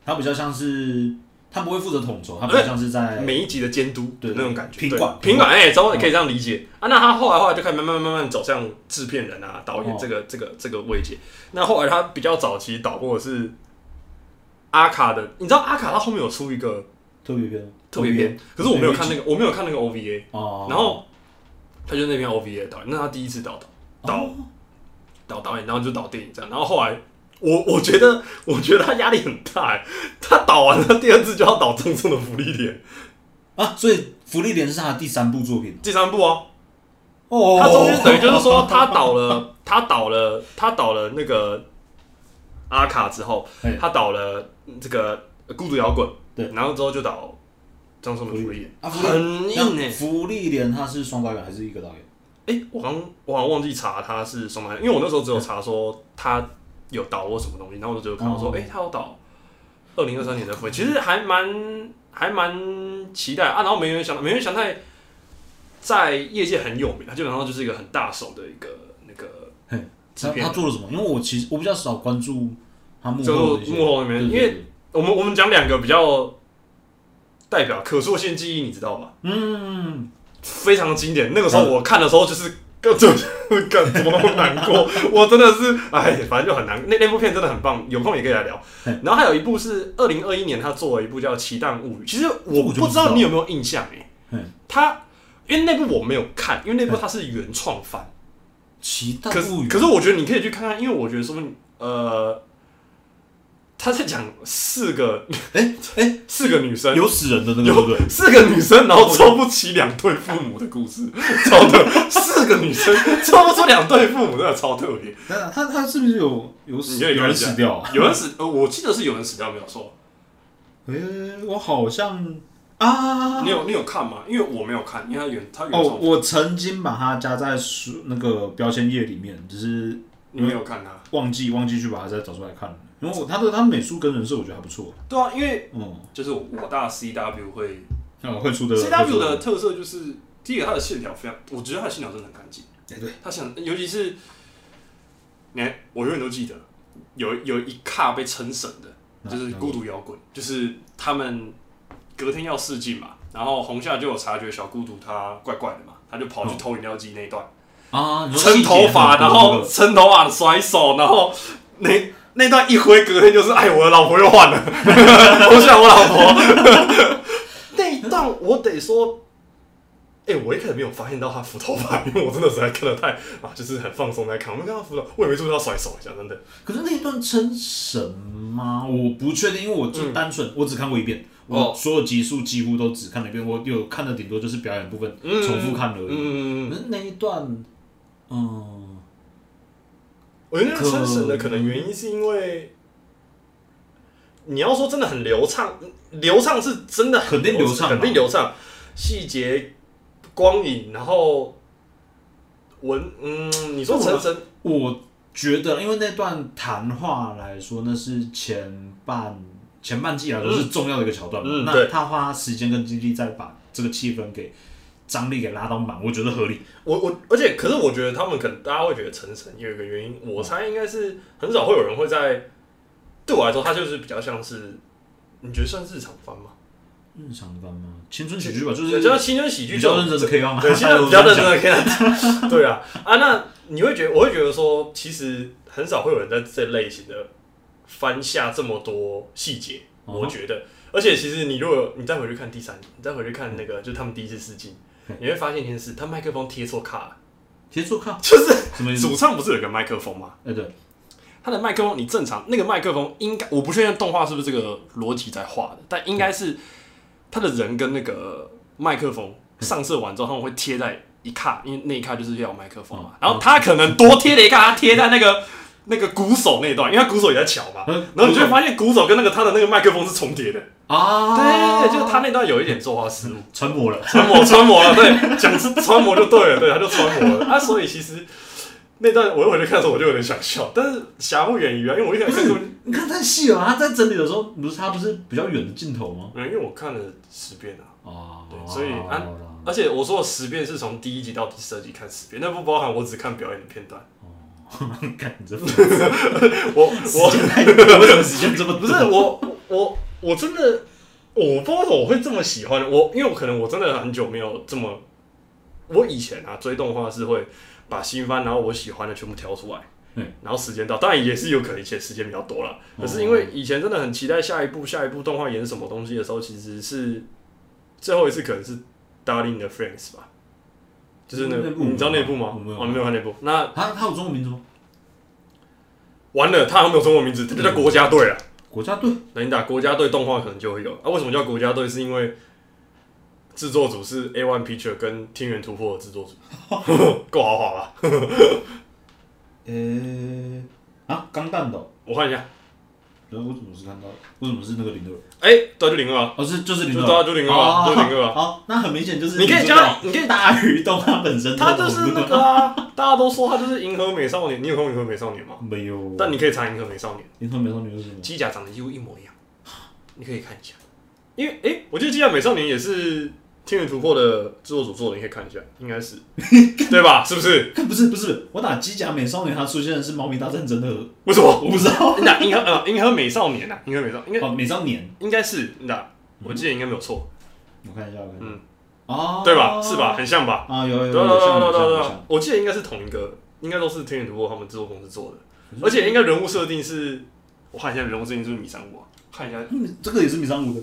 他比较像是他不会负责统筹，他比较像是在
每一集的监督的
对
那种感觉，
品管嗯
对品管，哎，稍微可以这样理解啊。那他后来后来就开始慢慢慢慢走向制片人啊、导演
哦
这个这个这个位阶。那后来他比较早期导过的是阿卡的，你知道阿卡他后面有出一个
特别篇，
特别篇，可是我没有看那个，我没有看那个 OVA，
哦，
然后他就那边 OVA 导演，那他第一次导导导
哦
导导演，然后就导电影这样，然后后来。我我觉得，我觉得他压力很大、哎他导完了第二次就要导赠送的福利点，
啊，所以福利连是他的第三部作品
第三部哦、
哦
他中间等于就是说，他倒了，他倒了，他倒了那个阿卡之后
哎，
他倒了这个孤独摇滚，
对，
然后之后就倒张松的福利，
啊福利
很硬
那
哎、
福利连他是双导演还是一个导演？
哎、我刚我好像忘记查他是什么，因为我那时候只有查说他有导过什么东西，然后我就只有看到说，
哦
哎、他有导二零二三年的福利，其实还蛮还蛮期待啊。然后梅原祥梅原祥太在业界很有名，他基本上就是一个很大手的一个那个制
他
片人
他做了什么？因为我其实我比较少关注他幕
就
后的一
是
些
幕后那边，
对
因
对
为
对
我们我们讲两个比较代表可塑性记忆，你知道吧？
嗯，
非常经典。那个时候我看的时候就是， 就就干怎么那么难过？ 我真的是，哎，反正就很难。那那部片真的很棒，有空也可以来聊。然后还有一部是二零二一年他做了一部叫《奇蛋物语》，其实我
我
不
就不
知
知
道
道
你有没有印象哎、
嗯
他因为那部我没有看，因为那部它是原创番。
奇蛋
可是
物语，
可是我觉得你可以去看看，因为我觉得说不定呃，他在讲四个
哎哎，
四个女生，
有死人的那 个对不对？
四个女生，然后凑不齐两对父母的故事，超特四个女生凑不出两对父母，真的超特别。
那他他是不是有有
你
死
觉得
有
人
人死掉啊？
有人死，呃，我记得是有人死掉，没有错。
诶、我好像啊
你，有你有看吗？因为我没有看，因为他原他原
哦，
创，
我曾经把它加在书那个标签页里面，只是
你没
嗯
有看啊他。
忘记忘记去把它再找出来看了。然后我他的他美术跟人设我觉得还不错，
对啊，因为
嗯，
就是我大 CW 会
啊会出的
CW 的特色就是第一个它的线条非常，我觉得它的线条真的很干净。
哎对，
他想，尤其是，你看我永远都记得，有有一卡被称神的，
嗯
就是孤独摇滚，就是他们隔天要试镜嘛，然后红夏就有察觉小孤独他怪怪的嘛，他就跑去偷饮料机那一段，
啊，你说
撑头发，
细节
然
很多
后撑头发甩手，然后那那段一挥，隔天就是哎，我的老婆又换了， 红夏我老婆，那一段我得说。哎、我一开始没有发现到他扶头发，因为我真的实在看的太啊，就是很放松在看。我们刚刚扶头，我以为就是要甩手一下，真的。
可是那一段撑神吗？我不确定，因为我就单纯、我只看过一遍，
哦
我所有集数几乎都只看了一遍，我有看的顶多就是表演部分、
嗯
重复看而已。
嗯，
可是那一段，嗯，
我觉得那个撑神的可能原因是因为你要说真的很流畅，流畅是真的很
肯定流畅啊
肯定流畅，细节、光影，然后文，嗯，你说
这我
陈真
我觉得，因为那段谈话来说，那是前半前半季来说是重要的一个桥段嘛。
嗯
那
对
他花时间跟精力再把这个气氛给张力给拉到满，我觉得合理。
我我，而且可是我觉得他们可能大家会觉得陈神有一个原因，我猜应该是很少会有人会在，对我来说，他就是比较像是，你觉得算日常番吗？
日常番吗？青春喜剧吧，就
就是像新春喜剧
比
这
较
种
认真的 K 望嘛。
对，现在比较认真的可以。 对啊，啊，那你会觉得，我会觉得说，其实很少会有人在这类型的翻下这么多细节。
嗯哼
我觉得，而且其实你如果你再回去看第三，你再回去看那个，就是他们第一次试镜，
嗯
你会发现一件事，他麦克风贴错卡了，
贴出看
就是
什么意思？
主唱不是有个麦克风吗？
哎，对，
他的麦克风，你正常那个麦克风应该，我不确定动画是不是这个逻辑在画的，但应该是他的人跟那个麦克风上色完之后，他们会贴在一卡，因为那一卡就是要有麦克风嘛
嗯。
然后他可能多贴了一卡，他贴在那个那个鼓手那一段，因为他鼓手也在瞧嘛。
嗯
然后你就会发现鼓手跟那个他的那个麦克风是重叠的，
啊，
对，就是他那段有一点作画失误。
沉默了。
穿模穿模了，对，讲是穿模就对了，对，他就穿模了。啊，所以其实那段我一回去看的时候，我就有点想笑，但是瑕不掩瑜啊，因为我一开始看根本就，
你看太细了，他在整理的时候，不是他不是比较远的镜头吗？
嗯因为我看了十遍啊，
哦
对所以啊
好啦
而且我说的十遍是从第一集到第十二集看十遍，那不包含我只看表演的片段。
看你这疯子，
我我
我为什么时间这么
不是我我我真的我不知道为什么我会这么喜欢我，因为我可能我真的很久没有这么，我以前啊追动画是会把新番然后我喜欢的全部挑出来。
嗯哦
然后时间到，当然也是有可能以前时间比较多了，可是因为以前真的很期待下一部下一部动画演什么东西的时候，其实是最后一次可能是《Darling in the Franks》吧，就是那
那部
你知道那部
我
吗？
没有
我没有看那部。那
他他有中文名字吗？
完了，他好像没有中文名字，他就叫国家队啊了。
国家队
那你打国家队动画可能就会有啊。为什么叫国家队？是因为制作组是 A One Picture 跟天元突破的制作组， 够豪华吧？
呃、啊，钢弹的哦、
我看一下，
然后为什么是看到？为什么是那个零二？
哎、对，就零二啊。
哦，是就是零
就
二，
对啊就02啊就02啊
好，那很明显就是啊
你可以
这
加
种，
你可以打，
大于动画啊本身的
他
浓度，
就是那个啊， 大家都说他就是银河美少年。你有看过银河美少年吗？
没有，
但你可以查银河美少年，
银河美少女是什么？
机甲长得几乎一模一样，你可以看一下。因为哎、我记得机甲美少年也是天元突破的制作组做的，你可以看一下，应该 是对吧？是不是？
看不是不是，我打机甲美少女，它出现的是猫咪大战争的，
为什么？
我不知 道。
那银河呃，银河美少年啊，银河美少应该
哦，美少年，
应该是那，我记得应该没有错，
我看一下，我看一下，
嗯
哦，
对吧？是吧？？很像吧？
啊，有
对
有有
对对对
有像有像
对
有
对
像，，
我记得应该是同一个，应该都是天元突破他们制作公司做的，
是
而且应该人物设定是，我看一下人物设定是不是米三五啊？看一下，
嗯，这个也是米尚武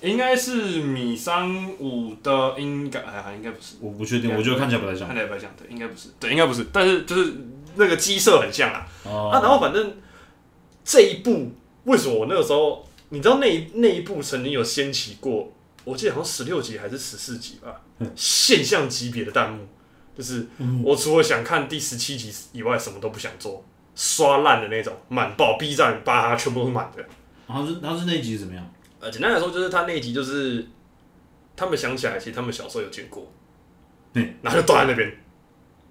的，
应该是米三五的，应该哎应该不是，
我不确定，
对
我觉得看起来不太像
看。起来不像，对，应该不是，对，应该不是，但是就是那个鸡舍很像啊，
哦
啊，然后反正这一部为什么我那个时候，你知道那一那一部曾经有掀起过，我记得好像十六集还是十四集吧，现象级别的弹幕，就是我除了想看第十七集以外，什么都不想做，刷烂的那种，满爆 B 站巴哈全部都是满的。
他是他是那一集怎么样？
呃，简单来说就是他那一集就是他们想起来，其实他们小时候有见过，
对，
然后就断在那边，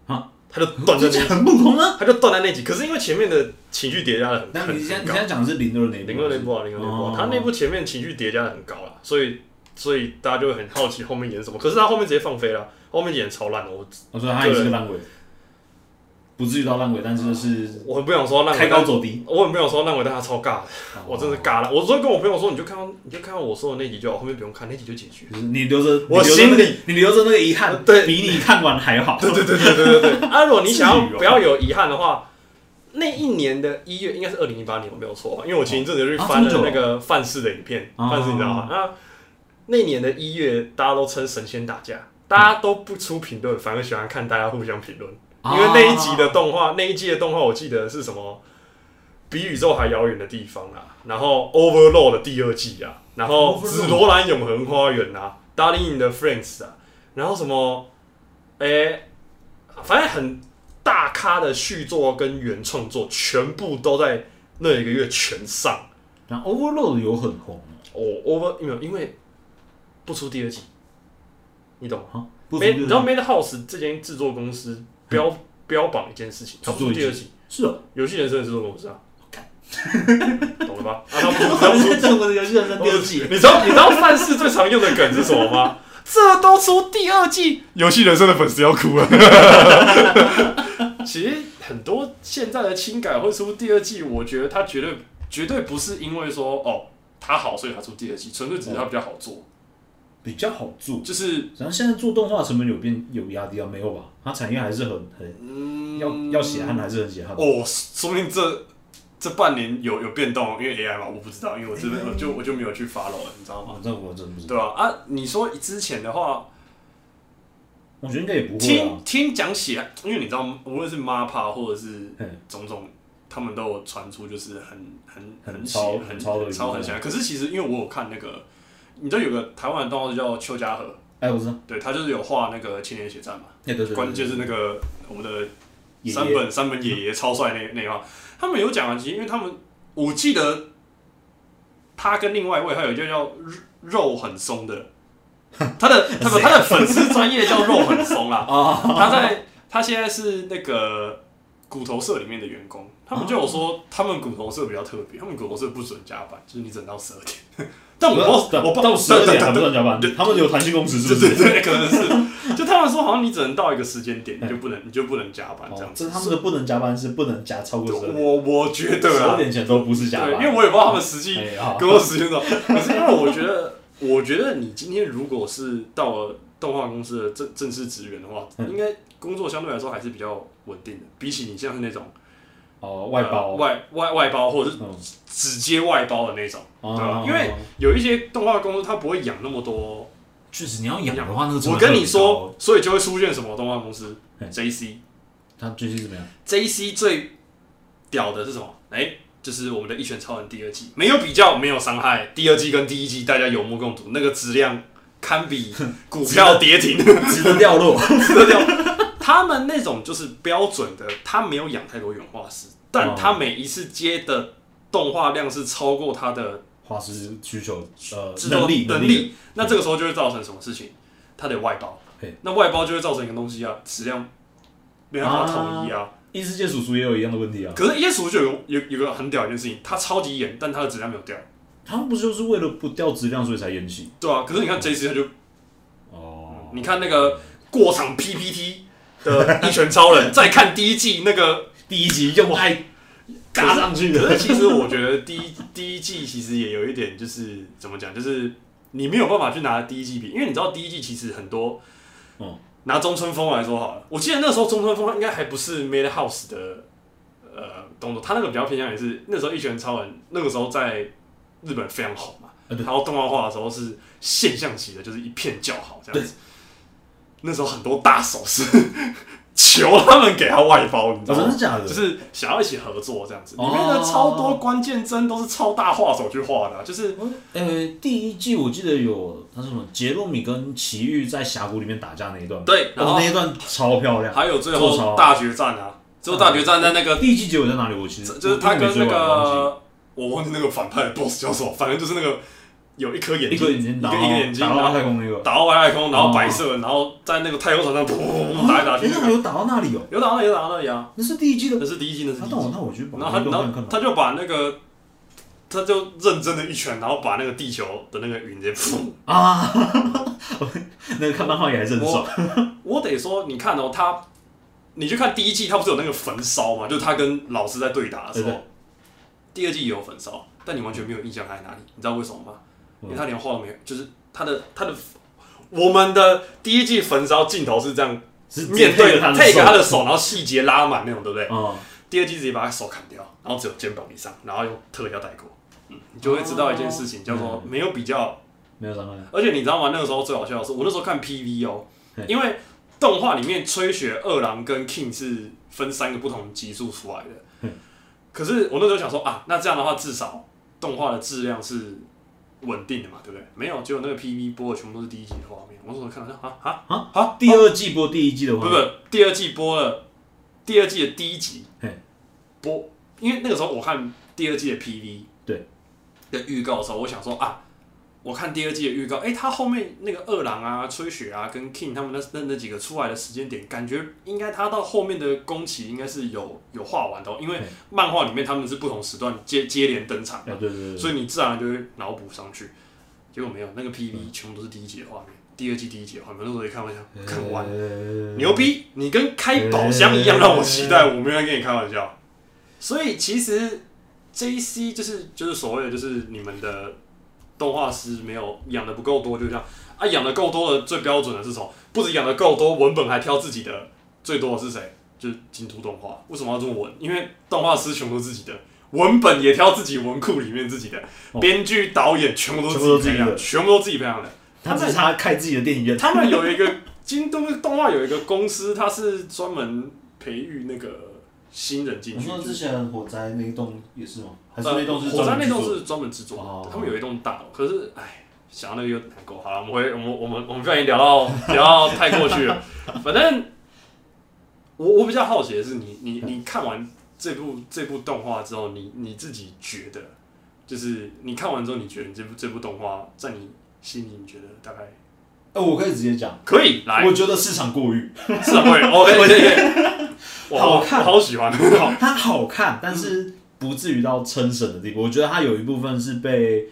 啊，
他就断在
这
那，
很不同啊。
他就断在那集，可是因为前面的情绪叠加的很，
那
很
你现在
很
你
高
现在讲的是零二那一部
零二那部啊，
是
零二那部啊
哦，
它那部前面情绪叠加的很高啦，所以所以大家就会很好奇后面演什么。可是他后面直接放飞了，后面演超烂的，我
我说他也是个烂尾，不至于到烂尾，但是就是
我很不想说烂尾，
开哦高走低。
但我很不想说烂尾，但他超尬的，我真的尬了。我昨天跟我朋友说，你就看到你就看到我说的那集就好，后面不用看，那集就解决。
就是你留着，
我
你留着那个
心里
你留着那个遗憾，
对
比你看完还好。
对对对对对对对。 啊，如果你想
至于
要
哦
不要有遗憾的话，那一年的一月应该是二零一八年，我没有错吧？因为我前一阵子就去
啊
翻了
这么久
那个范式的影片，
哦
范式你知道吗？那那一年的一月，大家都称神仙打架，大家都不出评论，反而喜欢看大家互相评论，因为那一集的动画，那一季的动画，我记得是什么？比宇宙还遥远的地方啊，然后 Overload 的第二季啊，然后
Overlord
紫罗兰永恒花园啊，Darling in the Franks 啊，然后什么，诶、反正很大咖的续作跟原创作全部都在那一个月全上，
对然后 Overload 有很红吗，
哦，Over 没有，因为不出第二季，你懂吗？
哈，不
没，你知道
没？
Made House 这间制作公司标标榜一件事情，它不出第二季，
是哦，
游戏人生的制作公司啊
干，
懂了吧？啊，他不 出，他
我
不出
在中国的游戏人生第二季，
你知道你知道范式最常用的梗是什么吗？ 这都出第二季，游戏人生的粉丝要哭了。 其实很多现在的轻改会出第二季，我觉得它绝对绝对不是因为说哦它好所以它出第二季，纯粹只是它比较好做。
比较好做。
就是
然后现在做动画成本有变有压低啊？没有吧？它产业还是很很
嗯
要要血汗还是很血汗。
哦，说不定这这半年有有变动，因为 AI 嘛，我不知道，因为我这边我就我就没有去 follow 了，你知道吗？
哦，这我真不知道，
对啊，啊，你说之前的话，
我觉得应该也不会
听
啊。
听讲起来，因为你知道，无论是 MAPA 或者是
嗯
种种，他们都有传出就是很很
很
很
超
喜
很
很
超的
超
娱乐
很喜欢。可是其实因为我有看那个，你知道有个台湾的动画师叫邱家和，
哎，我知道，哎
对他就是有画那个《青年血战》嘛，
那个
关键是那个我们的
爷爷
三本三本爷爷超帅那那一话，他们有讲啊，其实因为他们我记得他跟另外一位还有一个叫肉肉很松的，他 的他的他的粉丝专业叫肉很松啦，
啊，
他在他现在是那个骨头社里面的员工，他们就有
哦
说他们骨头社比较特别，他们骨头社不准加班，就是你整到十二点。 但我不知 道，我不
到十二点还不
对
算加班，他们有弹性工时是 不
对
是？
对，可能是，就他们说好像你只能到一个时间点，你就不能你就不能加班这
哦
样，
这
子
是。他们的不能加班是不能加超过十二点，
我我觉得
十二
啊，
点前都不是
对，
加班，
因为我也不知道他们实际
哎好
工作时间多少，可是因为我觉得，我觉得你今天如果是到了动画公司的正正式职员的话，
嗯
应该工作相对来说还是比较稳定的，比起你像是那种
哦外包
呃外外外包或者是
嗯
直接外包的那种，对吧
哦？
因为有一些动画公司它不会养那么多，
确实你要养的话，那个成本
我跟你
很高
说，，所以就会出现什么动画公司
嗯
JC
他最近怎么样？
JC 最屌的是什么？哎、就是我们的《一拳超人》第二季，没有比较，没有伤害。第二季跟第一季大家有目共睹，那个质量堪比股票跌停，
值得掉落。
吃得掉。他们那种就是标准的，他没有养太多原画师，但他每一次接的动画量是超过他的
花师需求呃
制作
能力
能力，那这个时候就会造成什么事情？他得外包
嘿，
那外包就会造成一个东西啊，质量没办法统一啊
异世界叔叔也有一样的问题啊，
可是耶稣就有有有个很屌的一件事情，它超级严，但它的质量没有掉，
他们不就是为了不掉质量所以才延期？
对啊，可是你看 J C 他就，
哦，
你看那个过场 PPT 的一拳超人，再看第一季那 个，
第一集用爱打上去
可
的，
是其实我觉得第一第一季其实也有一点就是怎么讲，就是你没有办法去拿第一季比，因为你知道第一季其实很多，
嗯，
拿中村风来说好了，我记得那时候中村风应该还不是 Made House 的呃动作，他那个比较偏向于是那时候一拳超人那个时候在日本非常红嘛。
啊对
然后动画化的时候是现象级的，就是一片叫好这样子。那时候很多大手是 求他们给他外包，你知道
哦真
吗
的？假的？
就是想要一起合作这样子，里
哦
面的超多关键帧都是超大画手去画的啊、就是
呃，第一季我记得有那什么杰洛米跟奇遇在峡谷里面打架那一段，
对然后
哦那一段超漂亮。
还有最
做超
后大决战啊，最后大决战在那个
第一季结尾在哪里？我其实
就是他跟那
我没追完忘
个我忘记那个反派的 BOSS 叫什么，反正就是那个有一颗眼
记一
睛，一
个眼睛打
个一个眼睛，
打
然
到
后
太空哦那个，
打到外太空，然后白色，然后在那个太空船上噗噗噗打来打去
诶
那
那
个
我。有打到那里哦，
有打到有打到那里啊，
那是第一季的。
那是第一季，那是
啊
第一
那我
季。
那我去把
然后他
那，段
然
看
后
看。
他就把那个，他就认真的一拳，然后把那个地球的那个云 直接噗。
啊， 那个看漫画也还是很爽。
我我得说，你看哦，他，你去看第一季，他不是有那个焚烧嘛？就是他跟老师在对打的时
对
候，第二季也有焚烧，但你完全没有印象他在哪里，你知道为什么吗？因为他连画都没有，就是他的他的。我们的第一季焚烧镜头是这样，
是
面对
他
take 他
的
的手，然后细节拉满那种，对不对？
啊，
第二季直接把他手砍掉，然后只有肩膀以上，然后用特效带过，嗯，你就会知道一件事情，叫做
哦
没有比较。
没有伤害。
而且你知道吗？那个时候最好笑的是，我那时候看 PV 哦
嘿，
因为动画里面吹雪二郎跟 King 是分三个不同集数出来的
嘿，
可是我那时候想说啊，那这样的话至少动画的质量是稳定的嘛，对不对？没有，结果那个 PV 播的全部都是第一集的画面，我那时候看到啊啊，
啊啊！第二季播第一季的话，
不不，第二季播了第二季的第一集
嘿，
播，因为那个时候我看第二季的 PV，
对，
的预告的时候，我想说啊，我看第二季的预告，哎、他后面那个二郎啊、吹雪啊跟 King 他们那那那几个出来的时间点，感觉应该他到后面的宫崎应该是有有画完的、哦，因为
对
漫画里面他们是不同时段接接连登场
啊
嘛，
对对对，
所以你自然就会脑补上去。结果没有，那个
嗯
PV 全部都是第一集的画面，第二季第一集的画面，那时候一看，我想看完。
完
牛逼！你跟开宝箱一样让我期待，我没有在跟你开玩笑。所以其实 J C 就是就是所谓的就是你们的动画师没有养的不够多，就这样啊，养的够多的最标准的是什么？不止养的够多，文本还挑自己的最多的是谁？就是京都动画。为什么要这么文？因为动画师全部都自己的。文本也挑自己文库里面自己的，
哦
编剧、导演全部都是
全部都
自己培
自己
养，
的
全部都自己培养的。
他只是他开自己的电影院，
他们有一个京都动画有一个公司，它是专门培育那个新人进
你
去。
说之前火灾那一栋也是吗？还是
呃
那栋是
火山
专门
那
制
栋
作的
是专门制作
哦
的，他们有一栋大楼，可是哎，想到那个又难过。好了，我们回我们我们我们不小心聊到聊到太过去了，反正我我比较好奇的是你，你你看完这部这部动画之后，你你自己觉得，就是你看完之后，你觉得你这部这部动画在你心里，你觉得大概
哎、我可以直接讲，
可以来
我觉得市场过誉，
是 啊，会 OK，对对对，
好
我
看
我好喜欢，好
它好
嗯
看，但是不至于到撑神的地步。我觉得它有一部分是被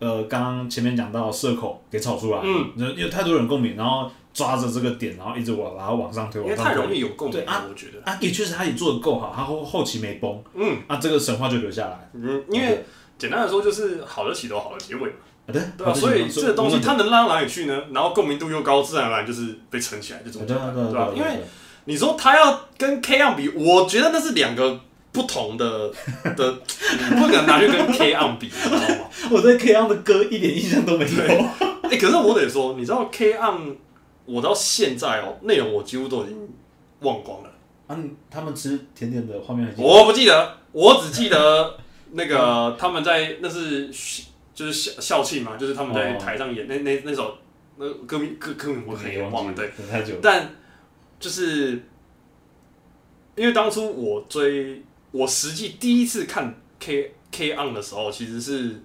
呃刚刚前面讲到的社恐给炒出来，
嗯，
因为太多人共鸣，然后抓着这个点，然后一直往然后往上推，
因
往
为
上
太
推
容易有共鸣
对啊
了，我觉得，
啊，也确实他也做的够好，他后后期没崩，
嗯
啊，这个神话就留下来了。
嗯，因为简单的说就是好的起头，好的结尾嘛，
啊对
对吧？
好
所以
你
这
说
个东西
无论
它能拉到哪里去呢？然后共鸣度又高，自然而然就是被撑起来，就这么
对
简
啊
单，
对啊
对
对啊
吧？因为
对啊
你说他要跟 K 样比，我觉得那是两个不同 的的，你不可能拿去跟 K 样比，你知道吗？
我对 K on 的歌一点印象都没有。
哎、可是我得说，你知道 K 样，我到现在哦，内容我几乎都已经忘光了。
啊，你他们吃甜点的画面很
我不记得，我只记得 那个他们在那是就是校校庆嘛，就是他们在
哦
台上演那那那首那歌名歌歌名我可能也忘了，对，，
等太久了。
但就是因为当初我追我实际第一次看 K K on 的时候，其实是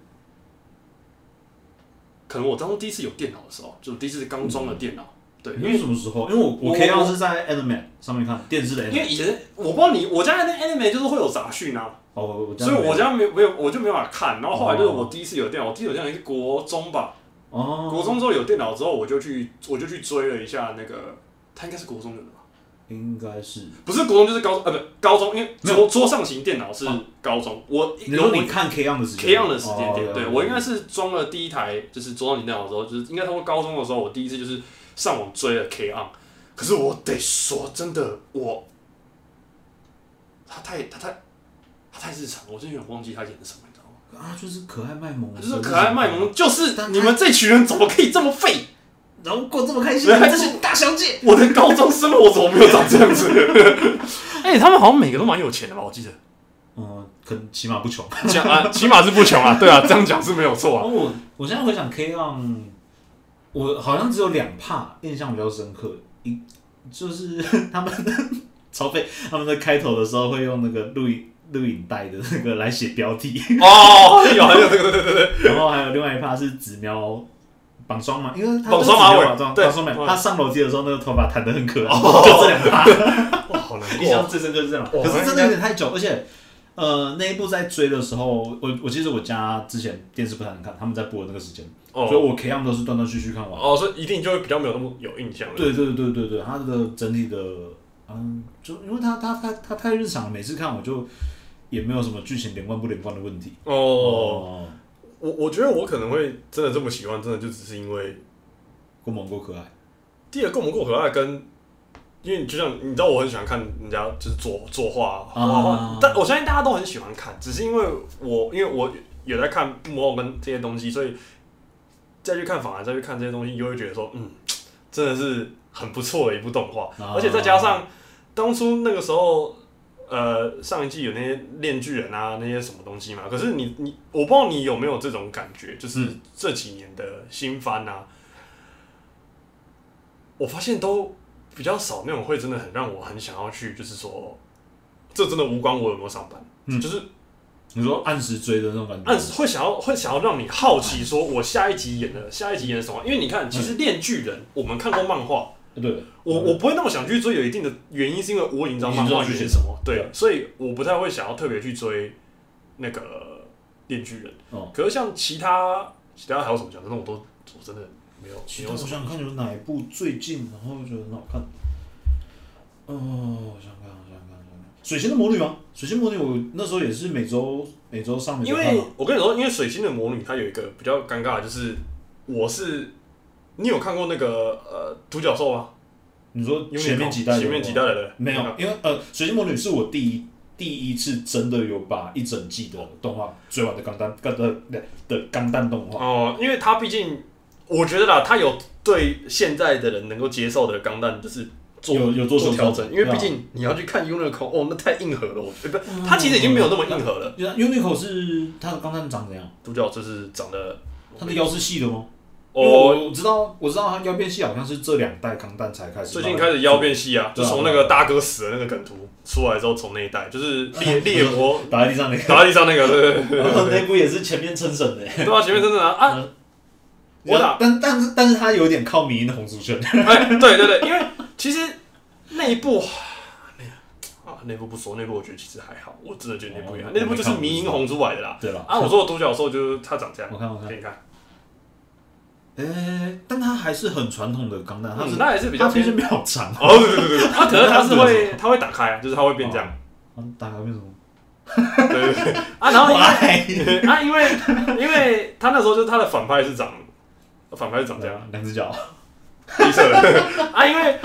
可能我当初第一次有电脑的时候，就第一次刚装了电脑，对，因为
因为什么时候？因为我
我
我 K on 是在 Anime 上面看电视的
因
Anime，
为以前我不知道你我家的 anime 就是会有杂讯啊，
哦，我我这
所
样
以我
没有
家没有没有，我就没办法看。然后后来就是
哦
我第一次有电脑，我第一次有电脑是国中吧，
哦，
国中之后有电脑之后，我就去我就去追了一下那个，他应该是国中有的吧？
应该是。
不是国中就是高中，呃，不高中，因为
没
桌桌上型电脑是高中，我
你
有
说
我
你看 K on 的时间
K 样的时间点，
哦
对我应该是装了第一台就是桌上型电脑的时候，就是应该差不多高中的时候，我第一次就是上网追了 K on，可是我得说真的，我他太他太他太日常了，我真的有点忘记他演的什么，你知道吗？
啊，就是可爱卖萌，
就是可爱卖萌，就是
但他
你们这群人怎么可以这么废？
然后过得这么开心，
对还
这是大小姐。
我的高中生活怎么没有长这样子？哎、他们好像每个都蛮有钱的吧？我记得，
嗯，可能起码不穷。
讲啊， 起码是不穷啊，对啊，这样讲是没有错啊
然。后我我现在回想 K on，我好像只有两帕印象比较深刻，一就是 他们曹飞他们在开头的时候会用那个录影录影带的那个来写标题，
哦，有有这个
然后还有另外一帕是紫喵。绑双马，因为他
绑双马尾对
绑双马尾，
对哦
他上楼梯的时候那个头发弹得很可爱，就这 两趴，
哇，好难
印象最深刻是这样。
哇
可是真的有点太久，而且呃那一部在追的时候，我我其实我家之前电视不太能看，他们在播的那个时间，所以
哦
我 K on 都是断断续续看完。
哦，所以一定就会比较没有那么有印象了。
对对对对对，它的整体的，嗯，就因为它它它它太日常了，每次看我就也没有什么剧情连贯不连贯的问题。
哦，
哦，
我我觉得我可能会真的这么喜欢，真的就只是因为
够萌够可爱。
第一个够不够可爱跟。因为你就像你知道，我很喜欢看人家就是作作画啊，
啊
画画，但我相信大家都很喜欢看，只是因为我因为我有在看木偶跟这些东西，所以再去看反而再去看这些东西，就会觉得说，嗯，真的是很不错的一部动画，
啊
而且再加上当初那个时候，呃，上一季有那些炼巨人啊那些什么东西嘛，可是你你我不知道你有没有这种感觉，就是
嗯
这几年的新番啊，我发现都比较少那种会真的很让我很想要去，就是说，这真的无关我有没有上班，
嗯
就是
你说按时追的那种感觉，
暗示会想要会想要让你好奇，说我下一集演的下一集演的什么？因为你看，
嗯
其实《恋巨人》我们看过漫画，
对，
我我不会那么想去追，有一定的原因是因为我已经知道漫画剧情是什么，
嗯
对，所以我不太会想要特别去追那个《恋巨人》
哦
可是像其他其他还有什么讲？真的我都我真的没有
其
没
实我
有什么。
想看有哪一部最近，然后觉得很好看。哦，我想看，我想看，我想看。水星的魔女吗？水星魔女，我那时候也是每周每周上每
因
周看
为
嘛。
我跟你说，因为水星的魔女它有一个比较尴尬，的就是我是你有看过那个呃独角兽吗？
你说前面几代，
前面几代的人
没有，因为呃，水星魔女是我第一第一次真的有把一整季的动画追完的钢弹钢的的钢弹动画。
哦、因为他毕竟，我觉得啦，他有对现在的人能够接受的钢弹，就是做
有有做修
调
正
整，因为
对啊
毕竟你要去看 Unicorn，哦，那太硬核了，我觉得不，他其实已经没有那么硬核了。
Unico 啊是它的钢弹长怎样？
主角就是长得，
它的腰是细的吗？因
哦，
为我我知道，我知道它腰变细，好像是这两代钢弹才开始。
最近开始腰变细啊，
对
就
啊
从那个大哥死的那个梗图出来之后，从那一代 就是猎猎魔
打在地上那个。
打在地上那个，对对
然后 那部也是前面撑神的、
对，对啊，前面真的啊，啊我打
但但是但是他有点靠迷那红薯圈，
哎，对对对，因为其实内部啊，内部不说，内部我觉得其实还好，我真的觉得内部也还好，
哦
内部就是迷因红出来的啦。
对吧？
啊，我说我独角兽就是它长这样，
我看我看，
给你看，
哎、但他还是很传统的钢弹，他
嗯
是、
那还是比
他
较
偏
偏
身比较长，
哦，对对对对，它可是它是会它会打开，就是它会变这样，
嗯，大概为什么？
对对对啊，然后因
哎，
为啊，因为因为它那时候就是它的反派是长反派是长这 样，
两只脚，
黑色的啊，因为